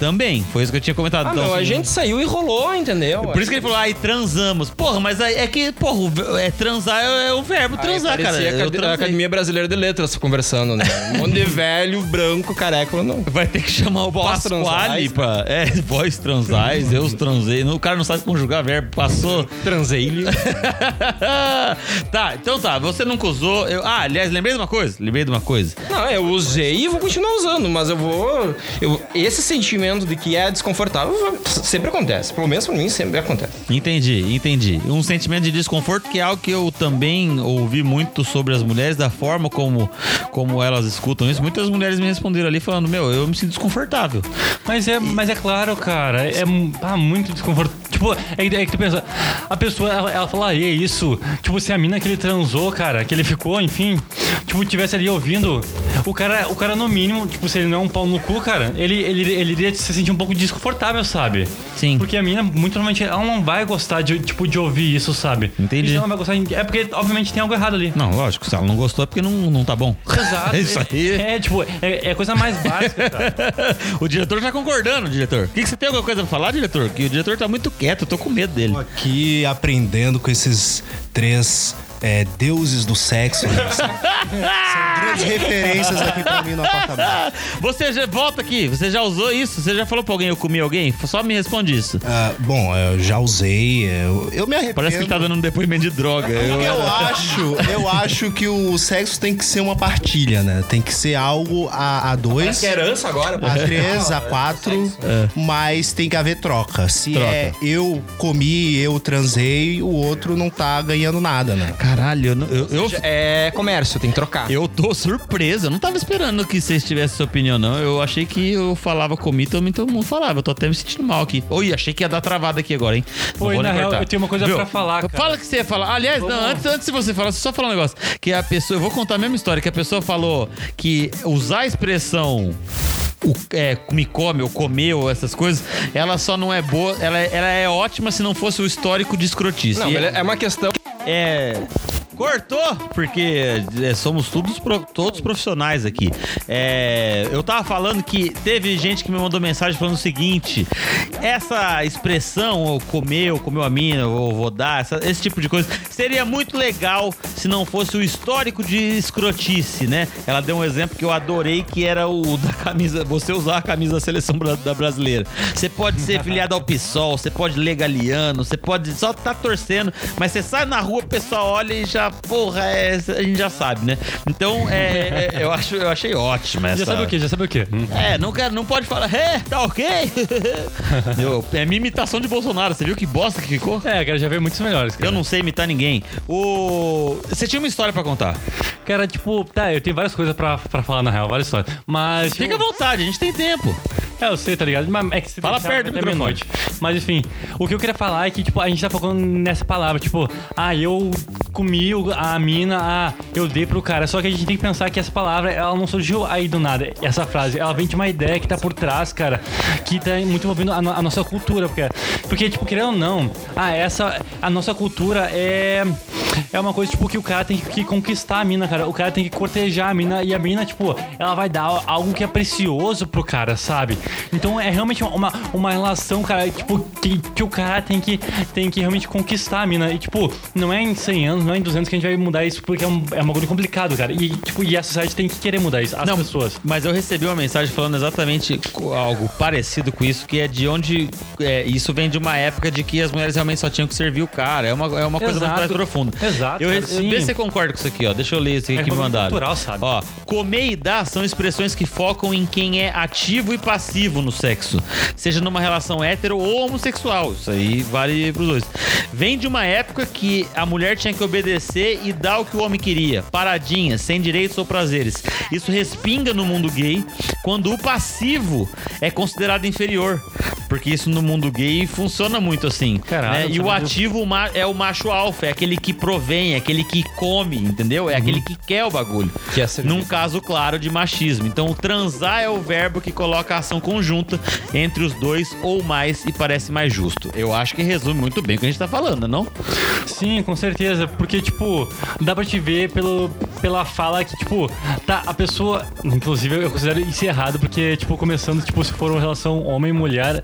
[SPEAKER 4] também. Foi isso que eu tinha comentado.
[SPEAKER 6] Ah,
[SPEAKER 4] Então,
[SPEAKER 6] não, a
[SPEAKER 4] assim,
[SPEAKER 6] gente saiu e rolou, entendeu?
[SPEAKER 4] Por isso que ele falou, ai, transamos. Porra, mas aí é que, porra, o ver- é transar é, é o verbo transar,
[SPEAKER 6] Aí
[SPEAKER 4] cara.
[SPEAKER 6] parecia a
[SPEAKER 4] Eu
[SPEAKER 6] Acad- a
[SPEAKER 4] transei.
[SPEAKER 6] Academia Brasileira de Letras conversando, né? Um monte de velho, branco, careca, não.
[SPEAKER 4] Vai ter que chamar o
[SPEAKER 6] Vós
[SPEAKER 4] Pasquale
[SPEAKER 6] transais.
[SPEAKER 4] pra. É, voz transais, eu transei. O cara não sabe conjugar verbo, passou.
[SPEAKER 6] Transei-lhe.
[SPEAKER 4] tá, então tá, você nunca usou. eu- ah, aliás, lembrei de uma coisa? Lembrei de uma coisa.
[SPEAKER 6] Não, eu usei e vou continuar usando, mas eu vou. eu- esse sentimento de que é desconfortável sempre acontece. Pelo menos pra mim sempre acontece.
[SPEAKER 4] Entendi, entendi. Um sentimento de desconforto que é algo que eu também ouvi muito sobre as mulheres, da forma como, como elas escutam isso. Muitas mulheres me responderam ali falando: Meu, eu me sinto desconfortável.
[SPEAKER 5] Mas é, mas é claro, cara, é mu- ah, muito desconfortável. Tipo, é, que- é que tu pensa, a pessoa, ela, ela fala, e é isso. Tipo, se a mina que ele transou, cara, que ele ficou, enfim, tipo, tivesse ali ouvindo, o cara, o cara no mínimo, tipo, se ele não é um pau no cu, cara, ele, ele, ele iria se sentir um pouco desconfortável, sabe?
[SPEAKER 4] Sim.
[SPEAKER 5] Porque a mina, muito normalmente, ela não vai gostar de, tipo, de ouvir isso, sabe?
[SPEAKER 4] Entendi.
[SPEAKER 5] Ela não vai gostar, é porque, obviamente, tem algo errado ali.
[SPEAKER 4] Não, lógico, se ela não gostou é porque não, não tá bom.
[SPEAKER 5] Exato.
[SPEAKER 4] É isso aí. Tá
[SPEAKER 5] É, tipo, é, é a coisa mais básica, cara.
[SPEAKER 4] O diretor tá concordando, diretor. O que, que você tem alguma coisa pra falar, diretor? Que o diretor tá muito quieto, eu tô com medo dele.
[SPEAKER 7] Tô aqui aprendendo com esses três é, deuses do sexo. né? São, são grandes referências aqui pra mim no apartamento.
[SPEAKER 4] Você já volta aqui, você já usou isso? Você já falou pra alguém eu comi alguém? Só me responde isso.
[SPEAKER 7] Ah, bom, eu já usei, é, eu, eu me arrependo.
[SPEAKER 4] Parece que ele tá dando um depoimento de droga. Eu-
[SPEAKER 7] Eu acho, eu acho que o sexo tem que ser uma partilha, né? Tem que ser algo a, a dois.
[SPEAKER 6] herança agora,
[SPEAKER 7] A três, a quatro, mas tem que haver troca. Se
[SPEAKER 4] É. Troca.
[SPEAKER 7] é eu comi, eu transei, o outro não tá ganhando nada, né?
[SPEAKER 4] Caralho, eu, não- eu, eu,
[SPEAKER 6] É comércio, tem que trocar.
[SPEAKER 4] eu tô surpreso. Eu não tava esperando que vocês tivessem essa opinião, não. Eu achei que eu falava comi, também todo mundo falava. Eu tô até me sentindo mal aqui. Oi, achei que ia dar travada aqui agora, hein? Não
[SPEAKER 5] Oi,
[SPEAKER 4] vou
[SPEAKER 5] na
[SPEAKER 4] nem
[SPEAKER 5] real,
[SPEAKER 4] cortar.
[SPEAKER 5] eu tenho uma coisa pra falar, cara.
[SPEAKER 4] Fala o que você ia falar. Aliás, não, antes, antes de você falar, deixa eu só falar um negócio. Que a pessoa... Eu vou contar a mesma história. Que a pessoa falou que usar a expressão... O, é, me come ou comeu, essas coisas, ela só não é boa. Ela, ela é ótima se não fosse o histórico de escrotice.
[SPEAKER 6] Não,
[SPEAKER 4] E-
[SPEAKER 6] mas é uma questão.
[SPEAKER 4] é. Cortou, porque é, somos todos, pro- todos profissionais aqui. É, eu tava falando que teve gente que me mandou mensagem falando o seguinte: essa expressão, ou comeu, comeu a mina, ou vou dar, essa- esse tipo de coisa, seria muito legal se não fosse o histórico de escrotice, né? Ela deu um exemplo que eu adorei, que era o da camisa, você usar a camisa da seleção bra- da brasileira. Você pode ser filiado ao PSOL, você pode ler Galeano, você pode só tá torcendo, mas você sai na rua, o pessoal olha e já, porra, é, a gente já sabe, né? Então, é, é, eu, acho, eu achei ótima essa.
[SPEAKER 5] Já sabe o quê? Já sabe o quê?
[SPEAKER 4] É, não, quero, não pode falar, é, tá ok? Meu, é minha imitação de Bolsonaro, você viu que bosta que ficou?
[SPEAKER 5] É, cara, já veio muitos melhores, cara.
[SPEAKER 4] Eu não sei imitar ninguém. O... Você tinha uma história pra contar.
[SPEAKER 5] Cara, tipo, tá, eu tenho várias coisas pra, pra falar na real, várias histórias. Mas.
[SPEAKER 4] Fica à
[SPEAKER 5] tipo,
[SPEAKER 4] vontade, a gente tem tempo.
[SPEAKER 5] É, eu sei, tá ligado? Mas é que se
[SPEAKER 4] Fala
[SPEAKER 5] deixar
[SPEAKER 4] perto
[SPEAKER 5] até
[SPEAKER 4] do microfone.
[SPEAKER 5] meia-noite. Mas enfim, o que eu queria falar é que, tipo, a gente tá focando nessa palavra, tipo, ah, eu comi o- a mina, ah, eu dei pro cara. Só que a gente tem que pensar que essa palavra, ela não surgiu aí do nada, essa frase. Ela vem de uma ideia que tá por trás, cara, que tá muito envolvendo a, no- a nossa cultura, porque, porque, tipo, querendo ou não, ah, essa, a nossa cultura é, é uma coisa, tipo, que o cara tem que conquistar a mina, cara. O cara tem que cortejar a mina e a mina, tipo, ela vai dar algo que é precioso pro cara, sabe? Então é realmente uma, uma relação, cara, tipo, que, que o cara tem que, tem que realmente conquistar a mina. E, tipo, não é em 100 anos, não é em 200 que a gente vai mudar isso, porque é um, é um bagulho complicado, cara. E, tipo, e a sociedade tem que querer mudar isso, as
[SPEAKER 4] Não,
[SPEAKER 5] pessoas.
[SPEAKER 4] Mas eu recebi uma mensagem falando exatamente co- algo parecido com isso, que é de onde. é, isso vem de uma época de que as mulheres realmente só tinham que servir o cara. É uma, é uma coisa
[SPEAKER 5] Exato.
[SPEAKER 4] mais profunda.
[SPEAKER 5] Exato,
[SPEAKER 4] Eu
[SPEAKER 5] cara,
[SPEAKER 4] recebi,
[SPEAKER 5] sim.
[SPEAKER 4] vê se você concorda com isso aqui, ó. Deixa eu ler isso aqui
[SPEAKER 5] É
[SPEAKER 4] que me
[SPEAKER 5] bagulho
[SPEAKER 4] mandaram.
[SPEAKER 5] cultural, sabe?
[SPEAKER 4] Ó, comer e dar são expressões que focam em quem é ativo e passivo no sexo, seja numa relação hétero ou homossexual. Isso aí vale pros dois. Vem de uma época que a mulher tinha que obedecer e dar o que o homem queria, paradinha, sem direitos ou prazeres. Isso respinga no mundo gay quando o passivo é considerado inferior, porque isso no mundo gay funciona muito assim.
[SPEAKER 5] Caralho,
[SPEAKER 4] né? E
[SPEAKER 5] eu
[SPEAKER 4] o
[SPEAKER 5] sabia disso.
[SPEAKER 4] ativo ativo ma- é o macho alfa, é aquele que provém, é aquele que come, entendeu? É
[SPEAKER 5] Uhum.
[SPEAKER 4] aquele que quer o bagulho.
[SPEAKER 6] Que é servido.
[SPEAKER 4] Num caso claro de machismo. Então, o transar é o verbo que coloca a ação conjunta entre os dois ou mais e parece mais justo. Eu acho que resume muito bem o que a gente tá falando, não?
[SPEAKER 5] Sim, com certeza, porque, tipo, dá pra te ver pelo, pela fala que, tipo, tá, a pessoa. Inclusive, eu considero isso errado, porque, tipo, começando, tipo, se for uma relação homem e mulher,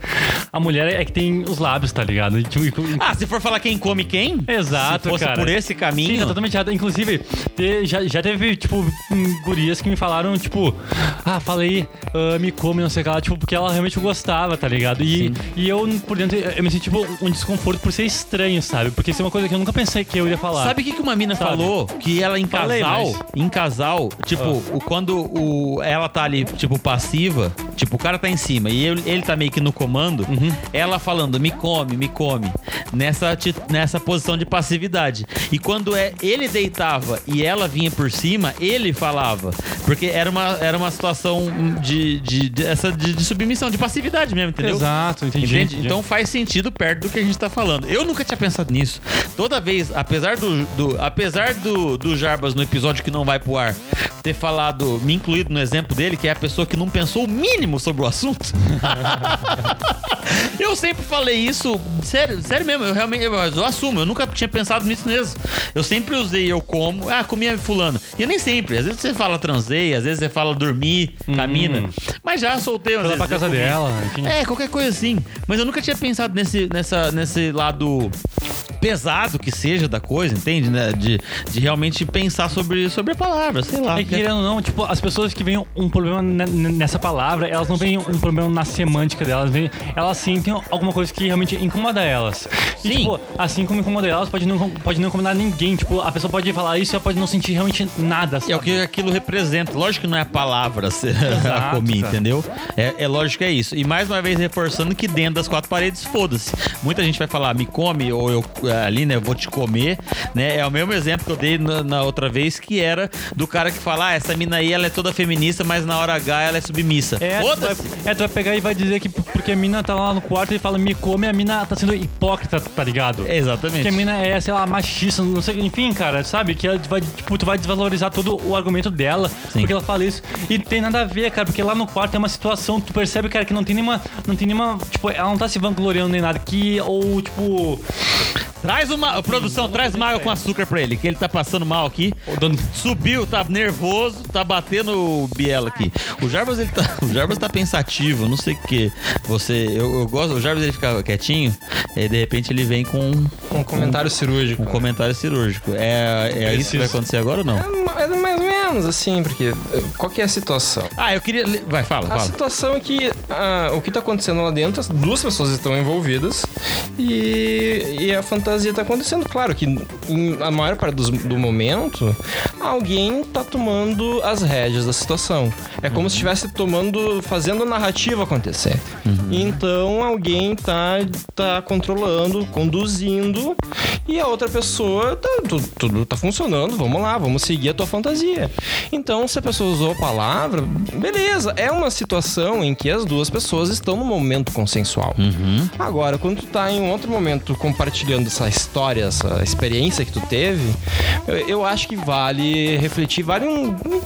[SPEAKER 5] a mulher é que tem os lábios, tá ligado? E, tipo, e-
[SPEAKER 4] Ah, se for falar quem come quem?
[SPEAKER 5] Exato,
[SPEAKER 4] Se fosse
[SPEAKER 5] cara.
[SPEAKER 4] por esse
[SPEAKER 5] Sim, tá
[SPEAKER 4] caminho.
[SPEAKER 5] totalmente errado. Inclusive, te- já, já teve, tipo, hum, gurias que me falaram, tipo, ah, falei, ah, me come, não sei o que lá, tipo, porque ela realmente gostava, tá ligado? E, e eu, por dentro, eu me senti, tipo, um desconforto por ser estranho, sabe? Porque isso é uma coisa que eu nunca pensei que eu ia falar.
[SPEAKER 4] Sabe o que, que uma mina
[SPEAKER 5] Sabe?
[SPEAKER 4] falou? Que ela em casal,
[SPEAKER 5] Falei, Ah.
[SPEAKER 4] em casal, tipo, o, quando o, ela tá ali, tipo, passiva, tipo, o cara tá em cima e ele, ele tá meio que no comando,
[SPEAKER 5] Uhum.
[SPEAKER 4] ela falando, me come, me come, nessa, ati- nessa posição de passividade. E quando é, ele deitava e ela vinha por cima, ele falava. Porque era uma, era uma situação de, de, de- essa, de, de submissão, de passividade mesmo, entendeu?
[SPEAKER 5] Exato, entendi.
[SPEAKER 4] Entende?
[SPEAKER 5] entendi.
[SPEAKER 4] Então faz sentido perto do que a gente tá falando. Eu nunca tinha pensado nisso. Toda vez, apesar do, do- apesar do, do Jarbas no episódio que não vai pro ar ter falado, me incluído no exemplo dele, que é a pessoa que não pensou o mínimo sobre o assunto. eu sempre falei isso, sério, sério mesmo, eu realmente eu, eu assumo, eu nunca tinha pensado nisso mesmo. Eu sempre usei eu como, ah, comia fulano. E eu nem sempre, às vezes você fala transei, às vezes você fala dormir, camina. Mas já soltei umas
[SPEAKER 5] Ela
[SPEAKER 4] vezes.
[SPEAKER 5] Hum. pra casa
[SPEAKER 4] eu comi.
[SPEAKER 5] dela, enfim.
[SPEAKER 4] É, qualquer coisa assim. Mas eu nunca tinha pensado nesse, nessa, nesse lado pesado que seja da coisa, entende? né? De, de realmente pensar sobre, sobre a palavra, sei lá.
[SPEAKER 5] É que, querendo ou não, tipo, as pessoas que veem um problema ne- ne- nessa palavra, elas não veem um problema na semântica delas, veem, elas sentem alguma coisa que realmente incomoda elas. E,
[SPEAKER 4] Sim.
[SPEAKER 5] tipo, assim como incomoda elas, pode não, pode não incomodar ninguém. Tipo, a pessoa pode falar isso e ela pode não sentir realmente nada.
[SPEAKER 4] É o
[SPEAKER 5] sabe?
[SPEAKER 4] que aquilo representa. Lógico que não é a palavra se- a
[SPEAKER 5] Exato,
[SPEAKER 4] comi,
[SPEAKER 5] cara.
[SPEAKER 4] entendeu? É, é lógico que é isso. E mais uma vez reforçando que dentro das quatro paredes, foda-se. Muita gente vai falar, "Ah, me come, ou eu ali, né, eu vou te comer, né? É o mesmo exemplo que eu dei na, na outra vez, que era do cara que fala, ah, essa mina aí, ela é toda feminista, mas na hora H ela é submissa.
[SPEAKER 5] É, tu vai,
[SPEAKER 4] Foda-se!
[SPEAKER 5] é, tu vai pegar e vai dizer que p- porque a mina tá lá no quarto e fala me come, a mina tá sendo hipócrita, tá
[SPEAKER 4] É
[SPEAKER 5] ligado?
[SPEAKER 4] Exatamente.
[SPEAKER 5] Que a mina é, sei lá, machista, não sei, enfim, cara, sabe? Que ela vai, tipo, tu vai desvalorizar todo o argumento dela, porque ela fala isso. E tem nada a ver, cara, porque lá no quarto é uma situação, tu percebe, cara, que não tem nenhuma. Não tem nenhuma. Tipo, ela não tá se vangloriando nem nada. Que. Ou, tipo.
[SPEAKER 4] Traz uma. Produção, traz uma água com açúcar pra ele, que ele tá passando mal aqui. Subiu, tá nervoso, tá batendo o biela aqui. O Jarbas, ele tá. O Jarbas tá pensativo, não sei o que. Você. Eu, eu gosto. O Jarbas ele fica quietinho, e aí, de repente ele vem com um,
[SPEAKER 6] Um comentário cirúrgico.
[SPEAKER 4] um comentário cirúrgico. É, é isso que vai acontecer agora ou não?
[SPEAKER 6] É mais ou menos assim, porque eh, qual que é a situação?
[SPEAKER 4] Ah, eu queria. le- Vai, fala,
[SPEAKER 6] A
[SPEAKER 4] fala.
[SPEAKER 6] situação é que ah, o que tá acontecendo lá dentro, as duas pessoas estão envolvidas e, e a fantasia tá acontecendo. Claro que em- a maior parte dos- do momento, alguém tá tomando as rédeas da situação. É como
[SPEAKER 4] Uhum.
[SPEAKER 6] se estivesse tomando, fazendo a narrativa acontecer. Então alguém tá, tá controlando, conduzindo e a outra pessoa tá, tu- tudo, tá funcionando, vamos lá, vamos seguir a tua fantasia. Então, se a pessoa usou a palavra, beleza, é uma situação em que as duas pessoas estão num momento consensual. Agora, quando tu tá em um outro momento compartilhando essa história, essa experiência que tu teve, eu, eu acho que vale refletir, vale um, um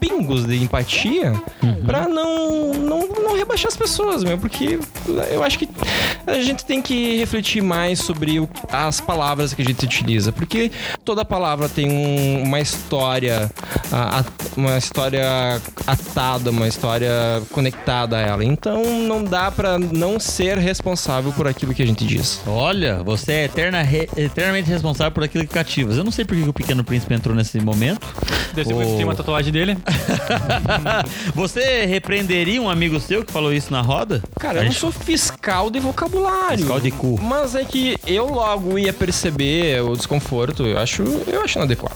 [SPEAKER 6] pingos de empatia pra não, não, não rebaixar as pessoas, meu, porque eu acho que a gente tem que refletir mais sobre o- as palavras que a gente utiliza, porque toda palavra tem um- uma história, a- a- uma história atada, uma história conectada a ela. Então não dá pra não ser responsável por aquilo que a gente diz.
[SPEAKER 4] Olha, você é eterna, re- eternamente responsável por aquilo que cativas. Eu não sei por que o Pequeno Príncipe entrou nesse momento.
[SPEAKER 5] Desse
[SPEAKER 4] Ô.
[SPEAKER 5] oh. tem uma tatuagem dele.
[SPEAKER 4] Você repreenderia um amigo seu que falou isso na roda?
[SPEAKER 6] Cara,
[SPEAKER 4] A
[SPEAKER 6] eu não
[SPEAKER 4] gente-
[SPEAKER 6] sou fiscal de vocabulário.
[SPEAKER 4] Fiscal de cu.
[SPEAKER 6] Mas é que eu logo ia perceber o desconforto, eu acho, eu acho inadequado.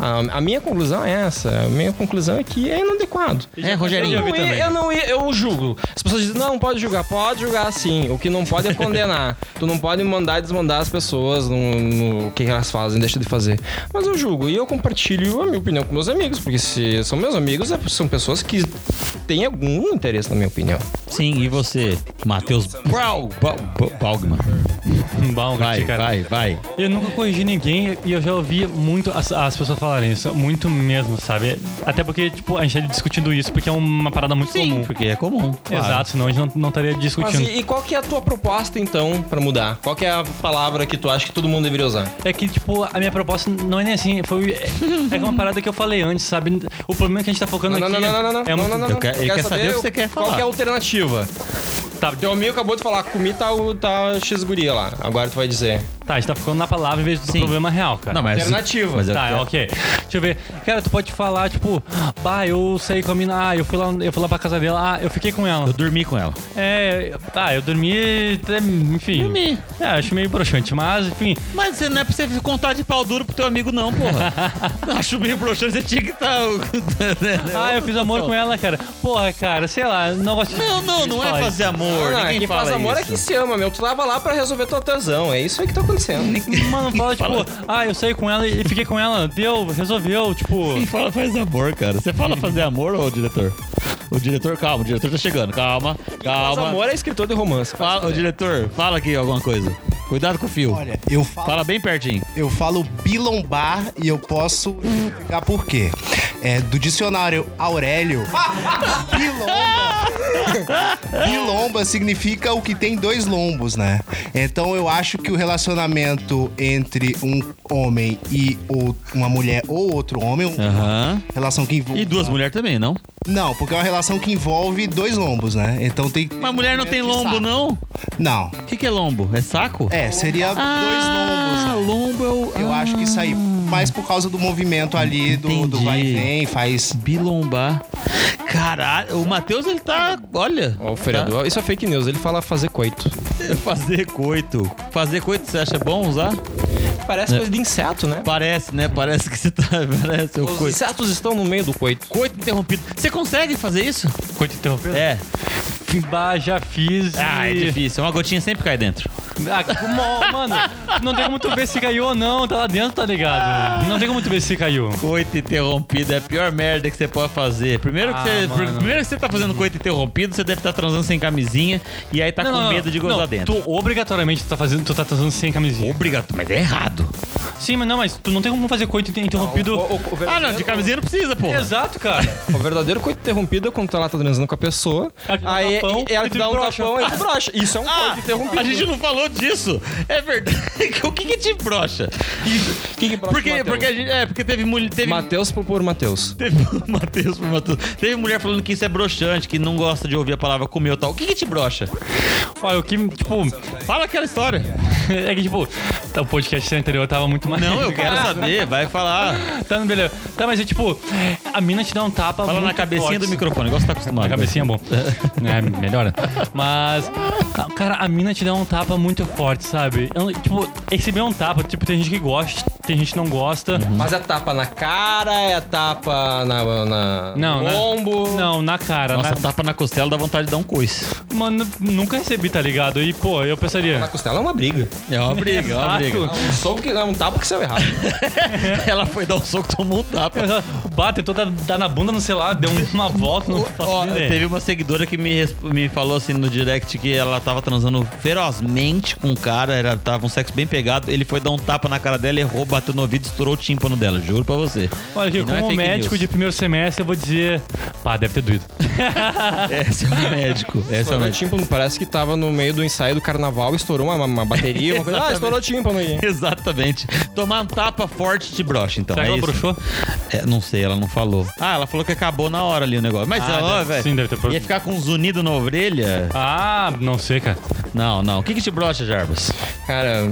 [SPEAKER 6] A, a minha conclusão é essa. A minha conclusão é que é inadequado.
[SPEAKER 4] É,
[SPEAKER 6] Eu
[SPEAKER 4] Rogerinho.
[SPEAKER 6] não, ia, eu não ia- eu julgo. As pessoas dizem, não, pode julgar. Pode julgar sim. O que não pode é condenar. tu não pode mandar e desmandar as pessoas no, no que elas fazem, deixa de fazer. Mas eu julgo e eu compartilho a minha opinião com meus amigos, porque se são meus amigos, é- são pessoas que têm algum interesse na minha opinião.
[SPEAKER 4] Sim, e você, Matheus Brau, Brau- Brau- Braugman.
[SPEAKER 5] Bom,
[SPEAKER 4] Vai,
[SPEAKER 5] cara.
[SPEAKER 4] vai, vai.
[SPEAKER 5] Eu nunca corrigi ninguém e eu já ouvi muito as, as pessoas falarem isso, muito mesmo, sabe? Até porque, tipo, a gente tá discutindo isso porque é uma parada muito comum.
[SPEAKER 4] porque é comum.
[SPEAKER 5] Exato, senão a gente não, não estaria
[SPEAKER 6] Mas
[SPEAKER 5] discutindo.
[SPEAKER 6] e, e qual que é a tua proposta então pra mudar? Qual que é a palavra que tu acha que todo mundo deveria usar?
[SPEAKER 5] É que, tipo, a minha proposta não é nem assim. Foi, é, é uma parada que eu falei antes, sabe? O problema que a gente tá focando
[SPEAKER 6] Não, não,
[SPEAKER 5] aqui
[SPEAKER 6] não, não, não, não, não,
[SPEAKER 5] é muito.
[SPEAKER 6] não, não,
[SPEAKER 4] eu
[SPEAKER 6] não.
[SPEAKER 4] quero- ele
[SPEAKER 6] Quero
[SPEAKER 4] quer saber o que você quer
[SPEAKER 6] Qual
[SPEAKER 4] falar.
[SPEAKER 6] que é a alternativa?
[SPEAKER 5] Tá,
[SPEAKER 6] Teu amigo acabou de falar, comi tal, tal X guria lá. Agora tu vai dizer.
[SPEAKER 5] tá, a gente tá focando na palavra em vez do
[SPEAKER 4] Sim.
[SPEAKER 5] problema real, cara.
[SPEAKER 4] Não, é. mas,
[SPEAKER 6] Alternativa.
[SPEAKER 4] Mas eu-
[SPEAKER 5] Tá, ok. Deixa eu ver. Cara, tu pode falar, tipo, bah, eu saí com a mina, ah, eu fui lá, eu fui lá pra casa dela, ah, eu fiquei com ela.
[SPEAKER 4] eu dormi com ela.
[SPEAKER 5] É, tá, eu dormi, até, enfim.
[SPEAKER 4] Dormi.
[SPEAKER 5] É, acho meio broxante, mas, enfim,
[SPEAKER 4] Mas você não é pra você contar de pau duro pro teu amigo, não, porra. Acho meio broxante, você tinha que tá estar. É
[SPEAKER 5] ah, eu fiz amor com ela, cara. Porra, cara, sei lá, não gosto de-
[SPEAKER 4] Não, não, não é
[SPEAKER 5] falar
[SPEAKER 4] fazer amor.
[SPEAKER 6] Ah,
[SPEAKER 4] Ninguém
[SPEAKER 6] quem
[SPEAKER 4] fala
[SPEAKER 6] faz amor é
[SPEAKER 4] isso.
[SPEAKER 6] que se ama, meu. Tu tava lá pra resolver tua tesão. É isso aí que tá acontecendo.
[SPEAKER 5] isso. Mano, fala, tipo, ah, eu saí com ela e fiquei com ela, deu, resolveu, tipo.
[SPEAKER 4] Quem fala faz amor, cara. Você fala fazer amor ou o diretor? O diretor, calma, o diretor tá chegando. Calma,
[SPEAKER 6] Faz
[SPEAKER 4] calma.
[SPEAKER 6] amor é escritor de romance.
[SPEAKER 4] Fala, o diretor, fala aqui alguma coisa. Cuidado com o fio.
[SPEAKER 7] Olha, eu falo,
[SPEAKER 4] Fala bem pertinho.
[SPEAKER 7] eu falo bilombar e eu posso explicar por quê. É, do dicionário Aurélio, bilomba. bilomba significa o que tem dois lombos, né? Então eu acho que o relacionamento entre um homem e ou- uma mulher ou outro homem, um
[SPEAKER 4] Aham.
[SPEAKER 7] relação que envolve.
[SPEAKER 4] E duas mulheres também, não?
[SPEAKER 7] Não, porque é uma relação que envolve dois lombos, né? Então tem.
[SPEAKER 4] Mas mulher não tem
[SPEAKER 7] Que saco.
[SPEAKER 4] lombo, não? Ah,
[SPEAKER 7] Não.
[SPEAKER 4] O que, que é lombo? É saco?
[SPEAKER 7] É, seria dois lombos, né?
[SPEAKER 4] Ah, lombo é o.
[SPEAKER 7] Eu
[SPEAKER 4] ah,
[SPEAKER 7] acho que isso aí, mais por causa do movimento ali, do, do
[SPEAKER 4] Entendi.
[SPEAKER 7] vai e vem, faz.
[SPEAKER 4] Bilombar. Caralho, o Matheus ele tá. Olha.
[SPEAKER 6] Ó, o feriador. Isso é fake news. Ele fala fazer coito.
[SPEAKER 4] tá- Fazer coito. Fazer coito você acha bom usar?
[SPEAKER 6] Parece coisa de inseto, né?
[SPEAKER 4] Parece, né? Parece que você tá. Parece o
[SPEAKER 6] Os
[SPEAKER 4] coito.
[SPEAKER 6] insetos estão no meio do coito.
[SPEAKER 4] Coito interrompido. Você consegue fazer isso?
[SPEAKER 5] Coito interrompido.
[SPEAKER 4] É.
[SPEAKER 5] Bah, já fiz.
[SPEAKER 4] Ah, é
[SPEAKER 5] e-
[SPEAKER 4] difícil. Uma gotinha sempre cai dentro.
[SPEAKER 5] Ah, mo- mano, não tem como tu ver se caiu ou não, tá lá dentro, tá
[SPEAKER 4] Ah.
[SPEAKER 5] ligado? Não tem como tu ver se caiu.
[SPEAKER 4] Coito interrompido é a pior merda que você pode fazer. Primeiro que,
[SPEAKER 5] Ah,
[SPEAKER 4] você,
[SPEAKER 5] mano.
[SPEAKER 4] primeiro que você tá fazendo coito interrompido, você deve estar transando sem camisinha e aí tá com medo de gozar
[SPEAKER 5] não,
[SPEAKER 4] dentro.
[SPEAKER 5] Tu obrigatoriamente tu tá fazendo, tu tá transando sem camisinha.
[SPEAKER 4] Obrigado, mas é errado.
[SPEAKER 5] Sim, mas não, mas tu não tem como fazer coito interrompido.
[SPEAKER 6] O- o- o verdadeiro-
[SPEAKER 4] Ah, não, de camisinha não precisa, pô.
[SPEAKER 5] Exato, cara.
[SPEAKER 6] O verdadeiro coito interrompido é quando tu tá lá tá transando com a pessoa.
[SPEAKER 5] Ela te dá um
[SPEAKER 6] Aí
[SPEAKER 5] tapão,
[SPEAKER 6] ela
[SPEAKER 5] e
[SPEAKER 6] te
[SPEAKER 5] tu
[SPEAKER 6] dá um
[SPEAKER 5] brocha.
[SPEAKER 6] tapão e tu brocha. Isso é um
[SPEAKER 5] Ah,
[SPEAKER 6] coito interrompido.
[SPEAKER 4] Ah, A gente não falou disso. É verdade. O que que te brocha?
[SPEAKER 6] que que brocha,
[SPEAKER 4] porque,
[SPEAKER 6] Matheus?
[SPEAKER 4] porque a gente, É, porque teve mulher... Teve,
[SPEAKER 6] Matheus por por Matheus.
[SPEAKER 4] teve, Matheus, por Matheus. Teve mulher falando que isso é broxante, que não gosta de ouvir a palavra comer ou tal. O que que te brocha?
[SPEAKER 5] Olha, o que, tipo,
[SPEAKER 4] Fala aquela história.
[SPEAKER 5] é que, tipo, tá, o podcast anterior tava muito mais.
[SPEAKER 4] Não, eu quero saber. Vai falar.
[SPEAKER 5] Tá, não, beleza. Tá, mas é tipo, a mina te dá um tapa.
[SPEAKER 4] Fala na
[SPEAKER 5] muito
[SPEAKER 4] cabecinha
[SPEAKER 5] forte.
[SPEAKER 4] do microfone, igual você tá acostumado.
[SPEAKER 5] A cabecinha é bom. é, melhora. Mas, a- cara, a mina te dá um tapa muito forte, sabe? Eu não- tipo, receber um tapa, tipo, tem gente que gosta, tem gente que não gosta.
[SPEAKER 4] Uhum.
[SPEAKER 6] Mas é tapa na cara, é tapa na, na
[SPEAKER 5] Não,
[SPEAKER 6] no
[SPEAKER 5] né?
[SPEAKER 6] ombro.
[SPEAKER 5] Não, na cara.
[SPEAKER 4] Nossa,
[SPEAKER 5] na-
[SPEAKER 4] tapa na costela dá vontade de dar um coice.
[SPEAKER 5] Mano, nunca recebi, tá ligado? E, pô, eu
[SPEAKER 6] Na
[SPEAKER 5] pensaria.
[SPEAKER 6] costela é uma briga.
[SPEAKER 4] É uma briga, é uma briga.
[SPEAKER 5] Exato.
[SPEAKER 6] Um soco que é um tapa que saiu errado.
[SPEAKER 4] Ela foi dar um soco, tomou um tapa.
[SPEAKER 5] O Bá tentou dar, dar na bunda, não sei lá, deu uma volta, não
[SPEAKER 4] Ó,
[SPEAKER 5] faço ideia.
[SPEAKER 4] teve uma seguidora que me, resp- me falou assim no direct que ela tava transando ferozmente com o cara, era, tava um sexo bem pegado. Ele foi dar um tapa na cara dela, errou, bateu no ouvido, estourou o tímpano dela, juro pra você.
[SPEAKER 5] Olha,
[SPEAKER 4] E
[SPEAKER 5] aqui,
[SPEAKER 4] não é
[SPEAKER 5] como
[SPEAKER 4] fake
[SPEAKER 5] médico
[SPEAKER 4] news.
[SPEAKER 5] de primeiro semestre, eu vou dizer. Pá, deve ter doído.
[SPEAKER 4] Esse é o médico. Esse é o
[SPEAKER 6] Estourou o
[SPEAKER 4] médico.
[SPEAKER 6] tímpano, parece que tava no meio do ensaio do carnaval, estourou uma, uma bateria, uma coisa. Ah, estourou o tímpano aí.
[SPEAKER 4] Exatamente. Tomar um tapa forte de brocha, então.
[SPEAKER 5] Será
[SPEAKER 4] é
[SPEAKER 5] que ela
[SPEAKER 4] isso?
[SPEAKER 5] bruxou?
[SPEAKER 4] É, não sei, ela não falou. Ah, ela falou que acabou na hora ali o negócio. Mas,
[SPEAKER 5] Ah,
[SPEAKER 4] ó,
[SPEAKER 5] deve-
[SPEAKER 4] velho.
[SPEAKER 5] sim, deve ter pro-
[SPEAKER 4] Ia ficar com um zunido na orelha?
[SPEAKER 5] Ah, não sei, cara.
[SPEAKER 4] Não, não. O que, que te brocha, Jarbas?
[SPEAKER 6] Cara,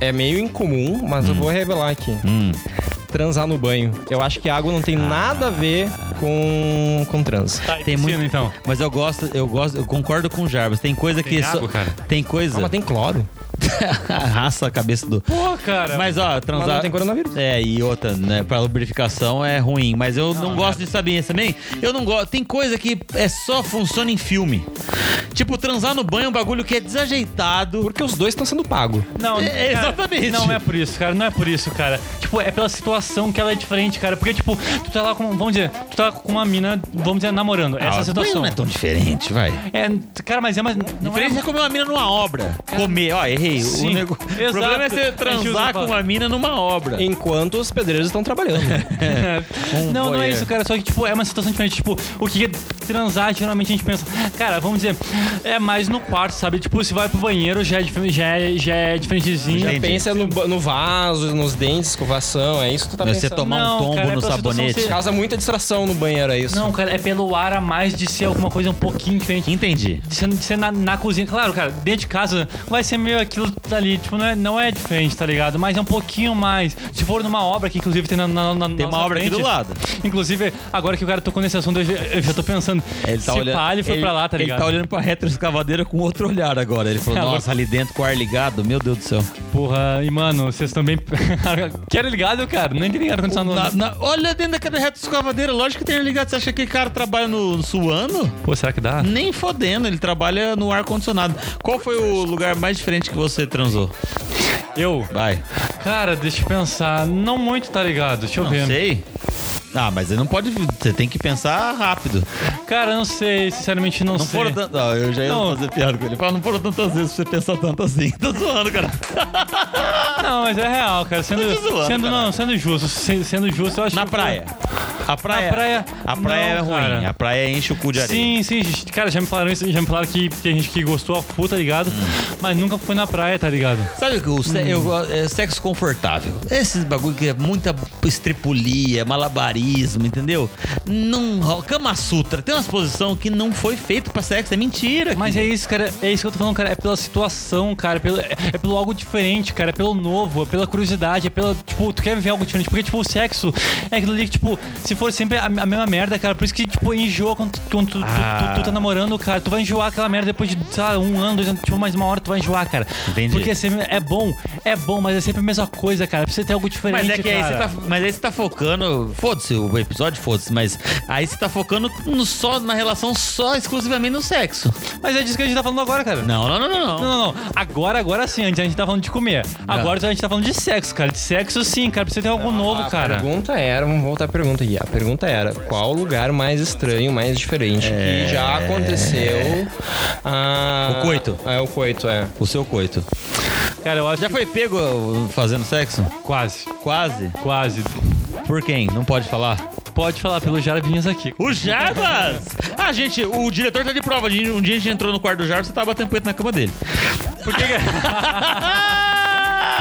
[SPEAKER 6] é meio incomum, mas
[SPEAKER 5] Hum.
[SPEAKER 6] eu vou revelar aqui. Transar no banho. Eu acho que água não
[SPEAKER 5] Ah.
[SPEAKER 6] tem nada a ver com, com trans. Ah,
[SPEAKER 5] Tá, e
[SPEAKER 4] Tem
[SPEAKER 5] piscina,
[SPEAKER 4] muito-
[SPEAKER 5] então.
[SPEAKER 4] Mas eu gosto, eu gosto, eu concordo com o Jarbas. Tem coisa que.
[SPEAKER 5] Tem água, cara?
[SPEAKER 4] Tem
[SPEAKER 6] Ah,
[SPEAKER 4] coisa.
[SPEAKER 5] é.
[SPEAKER 6] mas tem cloro.
[SPEAKER 4] Arrasa a cabeça do.
[SPEAKER 5] Pô, cara.
[SPEAKER 4] Mas ó, transar.
[SPEAKER 6] Mas não tem coronavírus.
[SPEAKER 4] É, e outra, né? Pra lubrificação é ruim. Mas eu não,
[SPEAKER 5] né?
[SPEAKER 4] gosto de saber isso também. Eu não gosto. Tem coisa que é só funciona em filme. Tipo, transar no banho é um bagulho que é desajeitado.
[SPEAKER 6] Porque os dois estão sendo pagos.
[SPEAKER 5] Não,
[SPEAKER 4] É, é,
[SPEAKER 5] cara,
[SPEAKER 4] exatamente.
[SPEAKER 5] Não é por isso, cara. Não é por isso, cara. Tipo, é pela situação que ela é diferente, cara. Porque, tipo, tu tá lá com. Vamos dizer, tu tá com uma mina, vamos dizer, namorando. Essa
[SPEAKER 4] Ah,
[SPEAKER 5] situação.
[SPEAKER 4] Não é tão diferente, vai.
[SPEAKER 5] É, cara, mas é mais. Não é,
[SPEAKER 4] Diferente é comer uma mina numa obra. Comer, ó, errei.
[SPEAKER 5] Sim,
[SPEAKER 4] o, nego... o
[SPEAKER 5] exato.
[SPEAKER 4] problema é
[SPEAKER 5] A
[SPEAKER 4] você
[SPEAKER 5] gente usa
[SPEAKER 4] transar com uma mina numa obra.
[SPEAKER 6] Enquanto os pedreiros estão trabalhando.
[SPEAKER 5] não, não é
[SPEAKER 4] voyeur.
[SPEAKER 5] isso, cara. Só que, tipo, é uma situação diferente. Tipo, o que é transar, geralmente a gente pensa. Cara, vamos dizer, é mais no quarto, sabe? Tipo, se vai pro banheiro, já é, difer- já é, já é diferentezinho.
[SPEAKER 6] Já
[SPEAKER 4] Entendi.
[SPEAKER 6] pensa no, ba- no vaso, nos dentes, escovação, é isso que tu tá
[SPEAKER 4] Mas Você
[SPEAKER 6] pensando.
[SPEAKER 4] tomar
[SPEAKER 5] Não,
[SPEAKER 4] um tombo
[SPEAKER 5] cara, é
[SPEAKER 4] no
[SPEAKER 5] pra situação
[SPEAKER 4] sabonete.
[SPEAKER 5] ser-
[SPEAKER 6] Causa muita distração no banheiro, é isso.
[SPEAKER 5] Não, cara, é pelo ar a mais de ser alguma coisa um pouquinho diferente.
[SPEAKER 4] Entendi.
[SPEAKER 5] de ser, de ser na, na cozinha. Claro, cara, dentro de casa vai ser meio aquilo ali. Tipo, não é, não é diferente, tá ligado? Mas é um pouquinho mais. Se for numa obra que, inclusive, tem na, na, na
[SPEAKER 4] Tem uma
[SPEAKER 5] nossa
[SPEAKER 4] obra aqui do
[SPEAKER 5] frente,
[SPEAKER 4] lado.
[SPEAKER 5] Inclusive, agora que o cara tocou nesse assunto, eu já, eu já tô pensando. se pá, ele foi pra lá, tá ligado?
[SPEAKER 4] tá Ele tá olhando pra retroescavadeira com outro olhar agora. Ele falou,
[SPEAKER 5] Tá
[SPEAKER 4] nossa, ali dentro com o ar ligado, meu Deus do céu.
[SPEAKER 5] Porra, e mano, vocês também. Quero ligado, cara. Nem tem ar-condicionado.
[SPEAKER 4] Na- na- olha dentro daquela retroescavadeira, lógico que tem ar ligado. Você acha que aquele cara trabalha no, no suano?
[SPEAKER 5] Pô, será que dá?
[SPEAKER 4] Nem fodendo, ele trabalha no ar-condicionado. Qual foi o lugar mais diferente que você transou?
[SPEAKER 5] Eu?
[SPEAKER 4] Vai.
[SPEAKER 5] Cara, deixa eu pensar. Não muito, tá ligado? Deixa eu
[SPEAKER 4] Não
[SPEAKER 5] ver.
[SPEAKER 4] sei. Ah, mas você não pode. Você tem que pensar rápido.
[SPEAKER 5] Cara, não sei. Sinceramente, não,
[SPEAKER 4] Não
[SPEAKER 5] sei.
[SPEAKER 4] foram tantas. Não, eu já ia
[SPEAKER 5] Não.
[SPEAKER 4] fazer piada com ele. Fala, não foram tantas vezes pra você pensar tanto assim. Tô zoando, cara.
[SPEAKER 5] Não, mas é real, cara. Sendo,
[SPEAKER 4] te zoando,
[SPEAKER 5] sendo, não, sendo justo. se- Sendo justo, eu acho
[SPEAKER 4] Na
[SPEAKER 5] que-
[SPEAKER 4] praia. A praia.
[SPEAKER 5] Na praia-
[SPEAKER 4] A praia é
[SPEAKER 5] não,
[SPEAKER 4] ruim.
[SPEAKER 5] cara.
[SPEAKER 4] A praia enche o cu de areia.
[SPEAKER 5] Sim, sim, gente. cara, já me falaram isso, já me falaram que tem gente que gostou a full, tá ligado?
[SPEAKER 4] Hum.
[SPEAKER 5] Mas nunca foi na praia, tá ligado?
[SPEAKER 4] Sabe o que eu, se- eu gosto? é sexo confortável. Esses bagulho que é muita estripulia, malabarismo, entendeu? Não, ro- Kama Sutra tem uma exposição que não foi feito pra sexo, é mentira.
[SPEAKER 5] Mas é isso, cara, é isso que eu tô falando, cara, é pela situação, cara, é pelo, é é pelo algo diferente, cara, é pelo novo, é pela curiosidade, é pela, tipo, tu quer ver algo diferente, porque, tipo, o sexo é aquilo ali que, tipo, se for sempre a, a mesma merda, cara, por isso que, tipo, enjoa quando, tu, quando tu, tu-
[SPEAKER 4] Ah.
[SPEAKER 5] tu- tu tá namorando, cara, tu vai enjoar aquela merda depois de, sei lá, um ano, dois anos, tipo, mais uma hora tu vai enjoar, cara.
[SPEAKER 4] Entendi.
[SPEAKER 5] Porque sempre- é bom, é bom, mas é sempre a mesma coisa, cara, precisa ter algo diferente,
[SPEAKER 4] Mas é que aí
[SPEAKER 5] cara.
[SPEAKER 4] você tá, mas aí você tá focando, foda-se o episódio, foda-se, mas aí você tá focando no só, na relação só, exclusivamente no sexo.
[SPEAKER 5] Mas é disso que a gente tá falando agora, cara.
[SPEAKER 4] Não, não, não, não. não.
[SPEAKER 5] Não, não, não. Agora, agora sim, antes a gente tá falando de comer. Agora a gente tá falando de sexo, cara. De sexo sim, cara. Precisa ter
[SPEAKER 4] Ah,
[SPEAKER 5] algo novo,
[SPEAKER 6] A
[SPEAKER 5] cara.
[SPEAKER 6] pergunta era, vamos voltar à pergunta aqui. A pergunta era, qual o lugar mais estranho, mais diferente que já aconteceu? Ah,
[SPEAKER 4] O coito.
[SPEAKER 6] É, o coito, é.
[SPEAKER 4] O seu coito.
[SPEAKER 5] Cara, eu acho
[SPEAKER 4] Já
[SPEAKER 5] que
[SPEAKER 4] foi pego uh, fazendo sexo?
[SPEAKER 5] quase.
[SPEAKER 4] Quase?
[SPEAKER 5] Quase.
[SPEAKER 4] Por quem? Não pode falar?
[SPEAKER 5] Pode falar pelo Jarvinhas aqui.
[SPEAKER 4] O Jarbas! Ah, gente, o diretor tá de prova. Um dia a gente entrou no quarto do Jarbas e tava batendo punheta na cama dele. Por que que-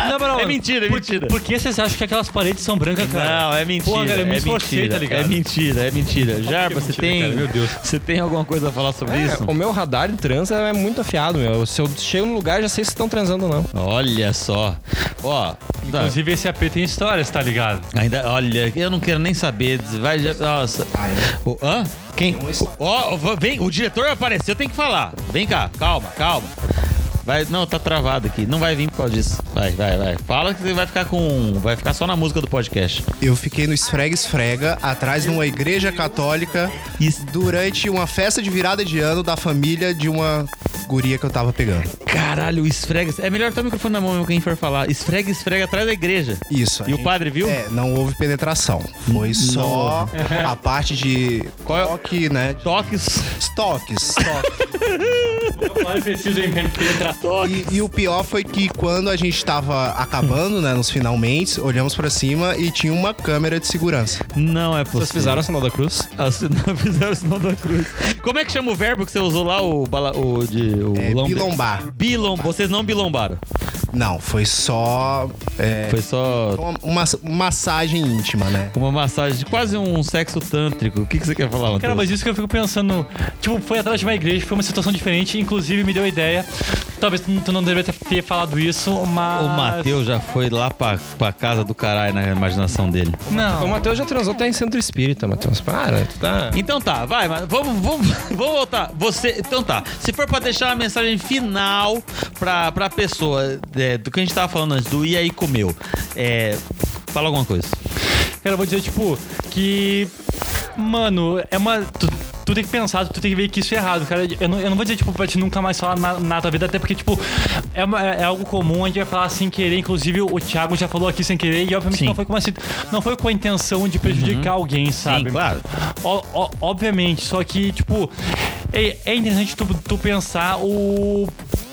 [SPEAKER 5] Na moral,
[SPEAKER 4] é mentira, é
[SPEAKER 5] por-
[SPEAKER 4] mentira.
[SPEAKER 5] Por que vocês acham que aquelas paredes são brancas, cara?
[SPEAKER 4] Não, é mentira.
[SPEAKER 5] Porra, cara, eu me
[SPEAKER 4] é
[SPEAKER 5] esforcei,
[SPEAKER 4] mentira,
[SPEAKER 5] tá ligado?
[SPEAKER 4] É mentira, é mentira. Jarbas, você
[SPEAKER 5] mentira,
[SPEAKER 4] tem.
[SPEAKER 5] cara? Meu Deus.
[SPEAKER 4] Você tem alguma coisa a falar sobre isso?
[SPEAKER 6] É, O meu radar de trans é muito afiado, meu. Se eu chego no lugar, já sei se estão transando ou não.
[SPEAKER 4] Olha só. Ó, tá.
[SPEAKER 5] Inclusive, esse AP tem histórias, tá ligado?
[SPEAKER 4] ainda. Olha, eu não quero nem saber. Vai já. Nossa. O, hã? Quem? Ó, ó, vem, o diretor apareceu, tem que falar. Vem cá, calma, calma. Vai, não, tá travado aqui. Não vai vir por causa disso. Vai, vai, vai. Fala que você vai ficar com. Vai ficar só na música do podcast.
[SPEAKER 7] Eu fiquei no esfrega esfrega atrás de uma igreja católica
[SPEAKER 4] Isso.
[SPEAKER 7] durante uma festa de virada de ano da família de uma guria que eu tava pegando.
[SPEAKER 4] Caralho, esfrega. É melhor ter o microfone na mão mesmo quem for falar. Esfrega, esfrega atrás da igreja.
[SPEAKER 7] Isso.
[SPEAKER 4] E
[SPEAKER 7] a
[SPEAKER 4] o padre viu?
[SPEAKER 7] É, não houve penetração. Foi só a parte de
[SPEAKER 4] Qual é-
[SPEAKER 7] toque, né?
[SPEAKER 4] Toques.
[SPEAKER 7] Toques. toques.
[SPEAKER 5] Olha, preciso em penetração.
[SPEAKER 7] E, e o pior foi que quando a gente tava acabando, né, nos finalmente, olhamos pra cima e tinha uma câmera de segurança.
[SPEAKER 4] Não é possível.
[SPEAKER 6] Vocês fizeram o sinal da cruz?
[SPEAKER 4] Ah, se não fizeram o sinal da cruz. Como é que chama o verbo que você usou lá, o, bala, o de. O
[SPEAKER 7] É,
[SPEAKER 4] lombe-
[SPEAKER 7] bilombar.
[SPEAKER 4] Bilom, vocês não bilombaram.
[SPEAKER 7] Não, foi só é,
[SPEAKER 4] Foi só
[SPEAKER 7] uma, uma massagem íntima, né?
[SPEAKER 4] uma massagem, quase um sexo tântrico. O que, que você quer falar,
[SPEAKER 5] Cara,
[SPEAKER 4] Matheus?
[SPEAKER 5] mas isso que eu fico pensando. Tipo, foi atrás de uma igreja, foi uma situação diferente. Inclusive, me deu a ideia. Talvez tu tu não deveria ter- ter falado isso, mas.
[SPEAKER 4] O Matheus já foi lá pra, pra casa do caralho na imaginação dele.
[SPEAKER 6] O
[SPEAKER 5] Não.
[SPEAKER 6] Matheus já transou até em centro espírita, Matheus. Para, tu tá.
[SPEAKER 4] Então tá, vai, mas vamos, vamos, vamos voltar. Você, então tá, se for pra deixar uma mensagem final pra, pra pessoa é, do que a gente tava falando antes, do e aí comeu, é, fala alguma coisa.
[SPEAKER 5] Cara, eu vou dizer, tipo, que. Mano, é uma. Tu, tu tem que pensar, tu tem que ver que isso é errado, cara. Eu não, eu não vou dizer, tipo, pra te nunca mais falar na, na tua vida, até porque, tipo, é, uma- é algo comum, a gente vai falar sem querer. Inclusive, o Thiago já falou aqui sem querer, e obviamente
[SPEAKER 4] Sim. Uhum.
[SPEAKER 5] não foi, com uma, situ- não foi com a intenção de prejudicar alguém, sabe?
[SPEAKER 4] claro.
[SPEAKER 5] O- o- obviamente, só que, tipo, é, é interessante tu, tu pensar o.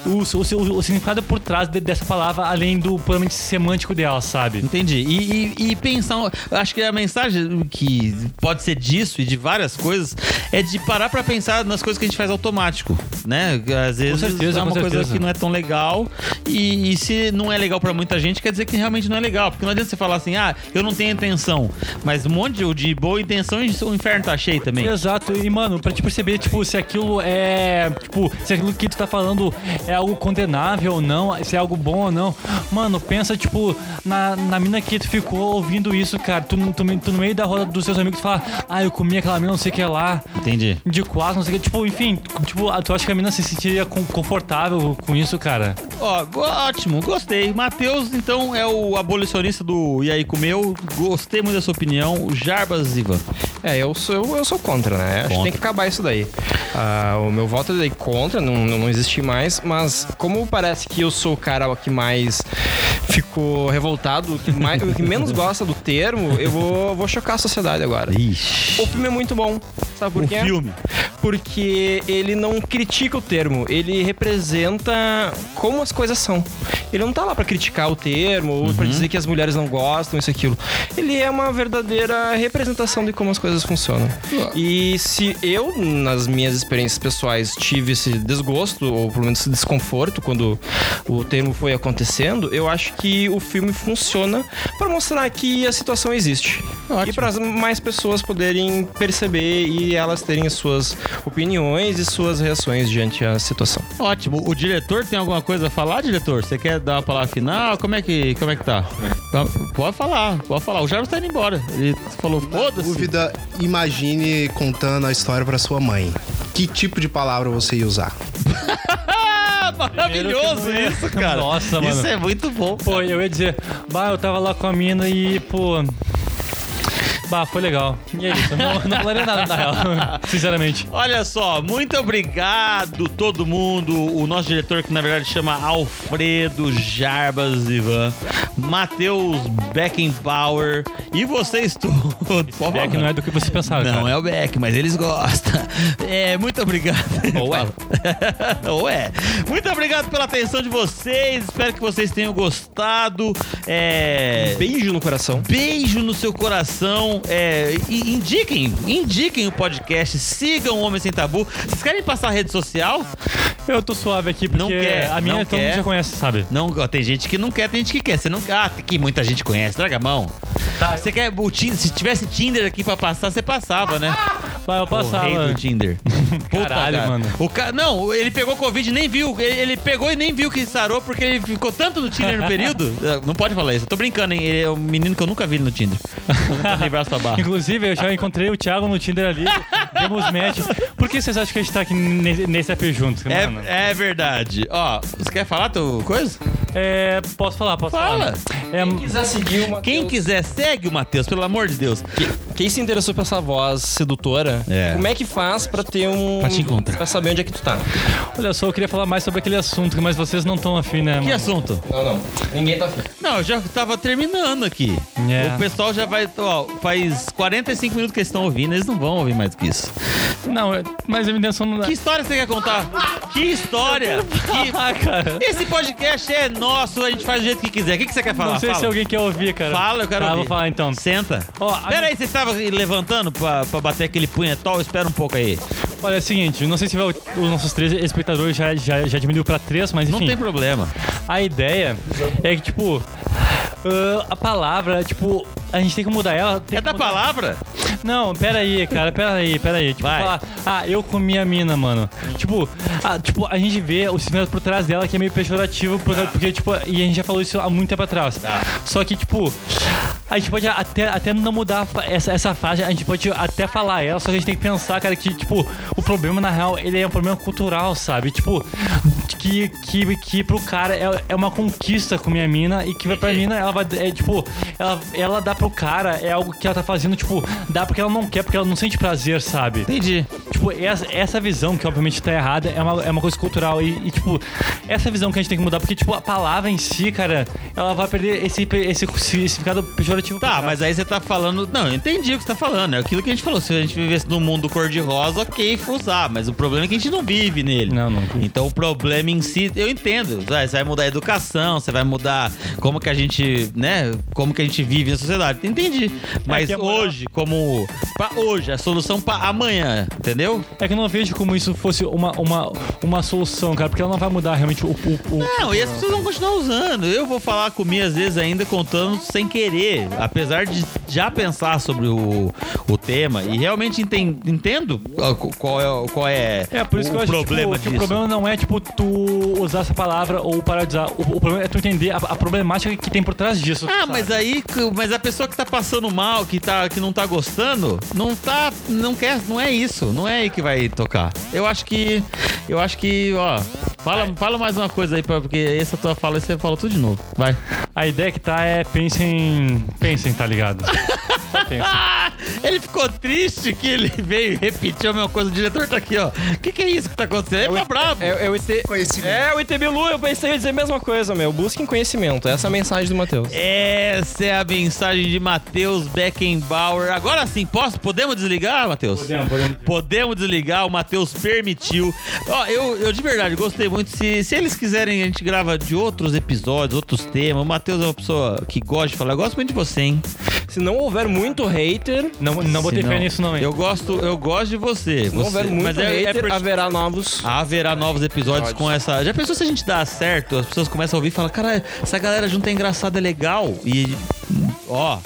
[SPEAKER 5] O, o, seu- o significado por trás de- dessa palavra, além do puramente semântico dela, sabe?
[SPEAKER 4] Entendi. E, e- e pensar. um- eu Acho que a mensagem que pode ser disso e de várias coisas é de parar pra pensar nas coisas que a gente faz automático, né? Às vezes
[SPEAKER 5] certeza,
[SPEAKER 4] é uma
[SPEAKER 5] com
[SPEAKER 4] coisa
[SPEAKER 5] certeza.
[SPEAKER 4] que não é tão legal. E, e se não é legal pra muita gente, quer dizer que realmente não é legal. Porque não adianta você falar assim, ah, eu não tenho intenção. Mas um monte de, de boa intenção o inferno tá cheio também.
[SPEAKER 5] Exato, e mano, pra te perceber, tipo, se aquilo é. Tipo, se aquilo que tu tá falando é algo condenável ou não, se é algo bom ou não. Mano, pensa, tipo, na, na mina que tu ficou ouvindo isso, cara. Tu, no- tu, me- tu no meio da roda dos seus amigos, tu fala, ah, eu comi aquela mina, não sei o que lá.
[SPEAKER 4] Entendi.
[SPEAKER 5] De quase, não sei o que. Tipo, enfim, tipo, a- tu acha que a mina se sentiria com- confortável com isso, cara?
[SPEAKER 4] Ó, go- ótimo, gostei. Matheus, então, é o abolicionista do E aí comeu. Gostei muito da sua opinião. Jarbas Ivan.
[SPEAKER 6] É, eu sou, eu sou contra, né? Acho que
[SPEAKER 4] Contra.
[SPEAKER 6] tem que acabar isso daí. Ah, o meu voto é contra, não, não, não existe mais, mas como parece que eu sou o cara que mais ficou revoltado, que, mais, que menos gosta do termo, eu vou, vou chocar a sociedade agora.
[SPEAKER 4] Ixi.
[SPEAKER 6] O filme é muito bom, sabe por
[SPEAKER 4] O
[SPEAKER 6] quê?
[SPEAKER 4] filme.
[SPEAKER 6] Porque ele não critica o termo, ele representa como as coisas são. Ele não tá lá pra criticar o termo ou pra dizer que as mulheres não gostam, isso e aquilo. Ele é uma verdadeira representação de como as coisas funcionam. E se eu, nas minhas experiências pessoais, tive esse desgosto, ou pelo menos esse desconforto, quando o termo foi acontecendo, eu acho que o filme funciona pra mostrar que a situação existe. E para mais pessoas poderem perceber e elas terem as suas opiniões e suas reações diante da situação.
[SPEAKER 4] Ótimo. O diretor tem alguma coisa a falar, diretor? Você quer dar uma palavra final? Como é que, como é que tá? Tá, Pode falar, pode falar. O Jarvis tá indo embora. Ele falou, foda-se.
[SPEAKER 7] Dúvida, imagine contando a história pra sua mãe. Que tipo de palavra você ia usar?
[SPEAKER 4] Ah,
[SPEAKER 5] Primeiro
[SPEAKER 4] maravilhoso
[SPEAKER 5] que eu não ia-
[SPEAKER 4] isso, cara.
[SPEAKER 5] Nossa, mano.
[SPEAKER 4] Isso é muito bom.
[SPEAKER 5] Pô, eu ia dizer, bah, eu tava lá com a mina e, pô. Bah, foi legal. E é isso. eu Não, não planei nada, na real. Sinceramente.
[SPEAKER 4] Olha só, muito obrigado todo mundo. O nosso diretor, que na verdade chama Alfredo Jarbas Ivan, Matheus Beckenbauer e vocês todos. Pode
[SPEAKER 5] É que não
[SPEAKER 4] falar.
[SPEAKER 5] é do que você pensava,
[SPEAKER 4] Não
[SPEAKER 5] cara.
[SPEAKER 4] é o Beck, mas eles gostam. É, muito obrigado.
[SPEAKER 5] Ou é.
[SPEAKER 4] Ou é. Muito obrigado pela atenção de vocês. Espero que vocês tenham gostado. É,
[SPEAKER 6] Beijo no coração.
[SPEAKER 4] beijo no seu coração. É, e indiquem, indiquem o podcast. Sigam o Homem Sem Tabu. Vocês querem passar a rede social?
[SPEAKER 5] Eu tô suave aqui porque
[SPEAKER 4] é. Não quer,
[SPEAKER 5] a minha
[SPEAKER 4] não
[SPEAKER 5] todo mundo
[SPEAKER 4] quer.
[SPEAKER 5] já conhece, sabe?
[SPEAKER 4] Não, ó, tem gente que não quer, tem gente que quer. Você não Ah, que muita gente conhece. Traga a mão.
[SPEAKER 5] Tá.
[SPEAKER 4] Você quer o Tin- se tivesse Tinder aqui pra passar, você passava, né?
[SPEAKER 5] Vai, eu
[SPEAKER 4] O rei
[SPEAKER 5] passava.
[SPEAKER 4] do Tinder. Puta,
[SPEAKER 5] Caralho,
[SPEAKER 4] cara.
[SPEAKER 5] mano.
[SPEAKER 4] O ca... Não, ele pegou Covid e nem viu. Ele, ele pegou e nem viu que sarou porque ele ficou tanto no Tinder no período. Eh, Não pode falar isso. Eu tô brincando, hein? Ele é um menino que eu nunca vi ele no Tinder. Vou livrar sua barra.
[SPEAKER 5] Inclusive, eu já encontrei o Thiago no Tinder ali, demos match. Por que vocês acham que a gente tá aqui nesse, nesse app junto? mano?
[SPEAKER 4] É, é verdade. Ó, você quer falar tua coisa?
[SPEAKER 5] É, posso falar, posso
[SPEAKER 4] Fala.
[SPEAKER 5] falar. É,
[SPEAKER 6] quiser seguir o Matheus.
[SPEAKER 4] Quem quiser, segue o Matheus, pelo amor de Deus.
[SPEAKER 6] Quem se interessou por essa voz sedutora,
[SPEAKER 4] É.
[SPEAKER 6] como é que faz pra ter um.
[SPEAKER 4] Pra te encontrar.
[SPEAKER 6] Pra saber onde é que tu tá?
[SPEAKER 5] olha só, eu queria falar mais sobre aquele assunto, mas vocês não estão afim, né?
[SPEAKER 4] Que
[SPEAKER 5] mano?
[SPEAKER 4] assunto?
[SPEAKER 6] Não, não. Ninguém tá.
[SPEAKER 4] Não, eu já tava terminando aqui.
[SPEAKER 5] É.
[SPEAKER 4] O pessoal já vai. Ó, faz 45 minutos que eles estão ouvindo, eles não vão ouvir mais que isso.
[SPEAKER 5] Não, é- mas a minha intenção não dá.
[SPEAKER 4] Que história você quer contar? Que história?
[SPEAKER 5] Ah, cara.
[SPEAKER 4] Que- Esse podcast é nosso, a gente faz do jeito que quiser. O que, que você quer falar?
[SPEAKER 5] Não sei
[SPEAKER 4] Fala.
[SPEAKER 5] se alguém quer ouvir, cara.
[SPEAKER 4] Fala, eu quero
[SPEAKER 5] Tá,
[SPEAKER 4] ouvir.
[SPEAKER 5] vou falar então.
[SPEAKER 4] Senta.
[SPEAKER 5] Ó, a-
[SPEAKER 4] Pera aí, você tava levantando pra, pra bater aquele punhetol? Espera um pouco aí.
[SPEAKER 5] Olha, é o seguinte, não sei se vai- os nossos três espectadores já, já, já diminuiu pra três, mas
[SPEAKER 4] Não
[SPEAKER 5] enfim.
[SPEAKER 4] tem problema.
[SPEAKER 5] A ideia é que, tipo, ah, a palavra, tipo, a gente tem que mudar ela. tem
[SPEAKER 4] É
[SPEAKER 5] que
[SPEAKER 4] da
[SPEAKER 5] mudar-
[SPEAKER 4] palavra?
[SPEAKER 5] Não, pera aí, cara, pera aí, pera aí. Tipo,
[SPEAKER 4] Vai.
[SPEAKER 5] falar, ah, eu comi a mina, mano. Tipo, ah, tipo, a gente vê o cimento por trás dela que é meio pejorativo, por- porque, tipo, e a gente já falou isso há muito tempo atrás. Só que, tipo, a gente pode até, até não mudar a fa- essa, essa frase, a gente pode até falar ela, só que a gente tem que pensar, cara, que, tipo, o problema, na real, ele é um problema cultural, sabe? Tipo, que, que, que pro cara é, é uma conquista com minha mina e que vai pra mina, ela vai, é tipo, ela, ela dá pro cara, é algo que ela tá fazendo, tipo, dá porque ela não quer, porque ela não sente prazer, sabe?
[SPEAKER 4] Entendi.
[SPEAKER 5] Tipo, essa, essa visão, que obviamente tá errada, é uma, é uma coisa cultural. E, e, tipo, essa visão que a gente tem que mudar, porque, tipo, a palavra em si, cara, ela vai perder esse, esse, esse significado pejorativo.
[SPEAKER 4] Tá, mas aí você tá falando. Não, eu entendi o que você tá falando. É aquilo que a gente falou. Se a gente vivesse num mundo cor-de-rosa, ok, usar. Mas o problema é que a gente não vive nele.
[SPEAKER 5] Não, não.
[SPEAKER 4] Então o problema em si, eu entendo. Vai, Você vai mudar a educação, você vai mudar como que a gente, né? Como que a gente vive na sociedade. Entendi. Mas
[SPEAKER 5] que é moral.
[SPEAKER 4] hoje, como. Pra hoje, a solução pra amanhã, entendeu?
[SPEAKER 5] É que eu não vejo como isso fosse uma, uma, uma solução, cara, porque ela não vai mudar realmente o. o, o-
[SPEAKER 4] Não, e as pessoas vão continuar usando. Eu vou falar comigo às vezes ainda contando sem querer, apesar de já pensar sobre o, o tema e realmente enten- entendo ó, qu- qual é, o- qual é,
[SPEAKER 5] É, por isso
[SPEAKER 4] o
[SPEAKER 5] que eu acho
[SPEAKER 4] problema
[SPEAKER 5] tipo, que o
[SPEAKER 4] disso.
[SPEAKER 5] problema não é, tipo, tu usar essa palavra ou parar de usar. O, o problema é tu entender a, a problemática que tem por trás disso.
[SPEAKER 4] Ah,
[SPEAKER 5] sabe?
[SPEAKER 4] mas aí, c- mas a pessoa que tá passando mal, que, tá, que não tá gostando, não tá, não quer, não é isso, não é aí que vai tocar. Eu acho que, eu acho que, ó, fala, fala mais uma coisa aí, pra- porque essa tua fala, você fala tudo de novo, vai.
[SPEAKER 5] A ideia que tá é pensem. Pensem, tá ligado? Só pensem.
[SPEAKER 4] Ah, Ele ficou triste que ele veio e repetiu a mesma coisa. O diretor tá aqui, ó. O que, que é isso que tá acontecendo? Ele tá bravo.
[SPEAKER 6] É, é o ET. É o ET Bilu, eu pensei em dizer a mesma coisa, meu. Busquem conhecimento. Essa é a mensagem do Matheus.
[SPEAKER 4] Essa é a mensagem de Matheus Beckenbauer. Agora sim, posso? Podemos desligar, Matheus?
[SPEAKER 5] Podemos, podemos.
[SPEAKER 4] Podemos desligar, o Matheus permitiu. Ó, eu, eu de verdade gostei muito. Se, se eles quiserem, a gente grava de outros episódios, outros temas. O Matheus é uma pessoa que gosta de falar. Eu gosto muito de você, hein?
[SPEAKER 6] Se não houver muito hater,
[SPEAKER 5] Não, não botei
[SPEAKER 4] Se
[SPEAKER 5] fé nisso, não, hein?
[SPEAKER 4] Eu gosto, eu gosto de você.
[SPEAKER 6] se não
[SPEAKER 4] você
[SPEAKER 6] houver muito
[SPEAKER 4] mas é, é
[SPEAKER 6] hater,
[SPEAKER 4] por-
[SPEAKER 6] haverá novos.
[SPEAKER 4] Haverá novos episódios com essa. Já pensou se a gente dá certo? As pessoas começam a ouvir e falam: Cara, essa galera junta é engraçada, é legal. E. Ó,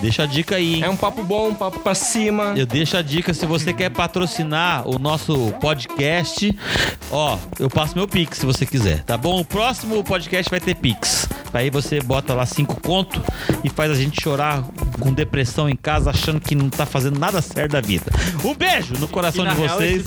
[SPEAKER 4] deixa a dica aí, hein?
[SPEAKER 6] É um papo bom, um papo pra cima.
[SPEAKER 4] Eu deixo a dica, se você quer patrocinar o nosso podcast, ó, eu passo meu Pix se você quiser, tá bom? O próximo podcast vai ter Pix. Aí você bota lá cinco conto e faz a gente chorar com depressão em casa, achando que não tá fazendo nada certo da vida. Um beijo no coração
[SPEAKER 5] E na
[SPEAKER 4] de
[SPEAKER 5] real,
[SPEAKER 4] vocês.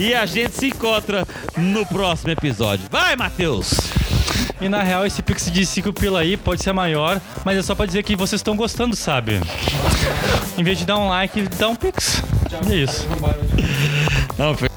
[SPEAKER 4] E a gente se encontra no próximo episódio. Vai, Matheus!
[SPEAKER 5] E na real, esse pix de 5 pila aí pode ser maior, mas é só pra dizer que vocês estão gostando, sabe? Em vez de dar um like, dá um pix. É isso.
[SPEAKER 4] Não, foi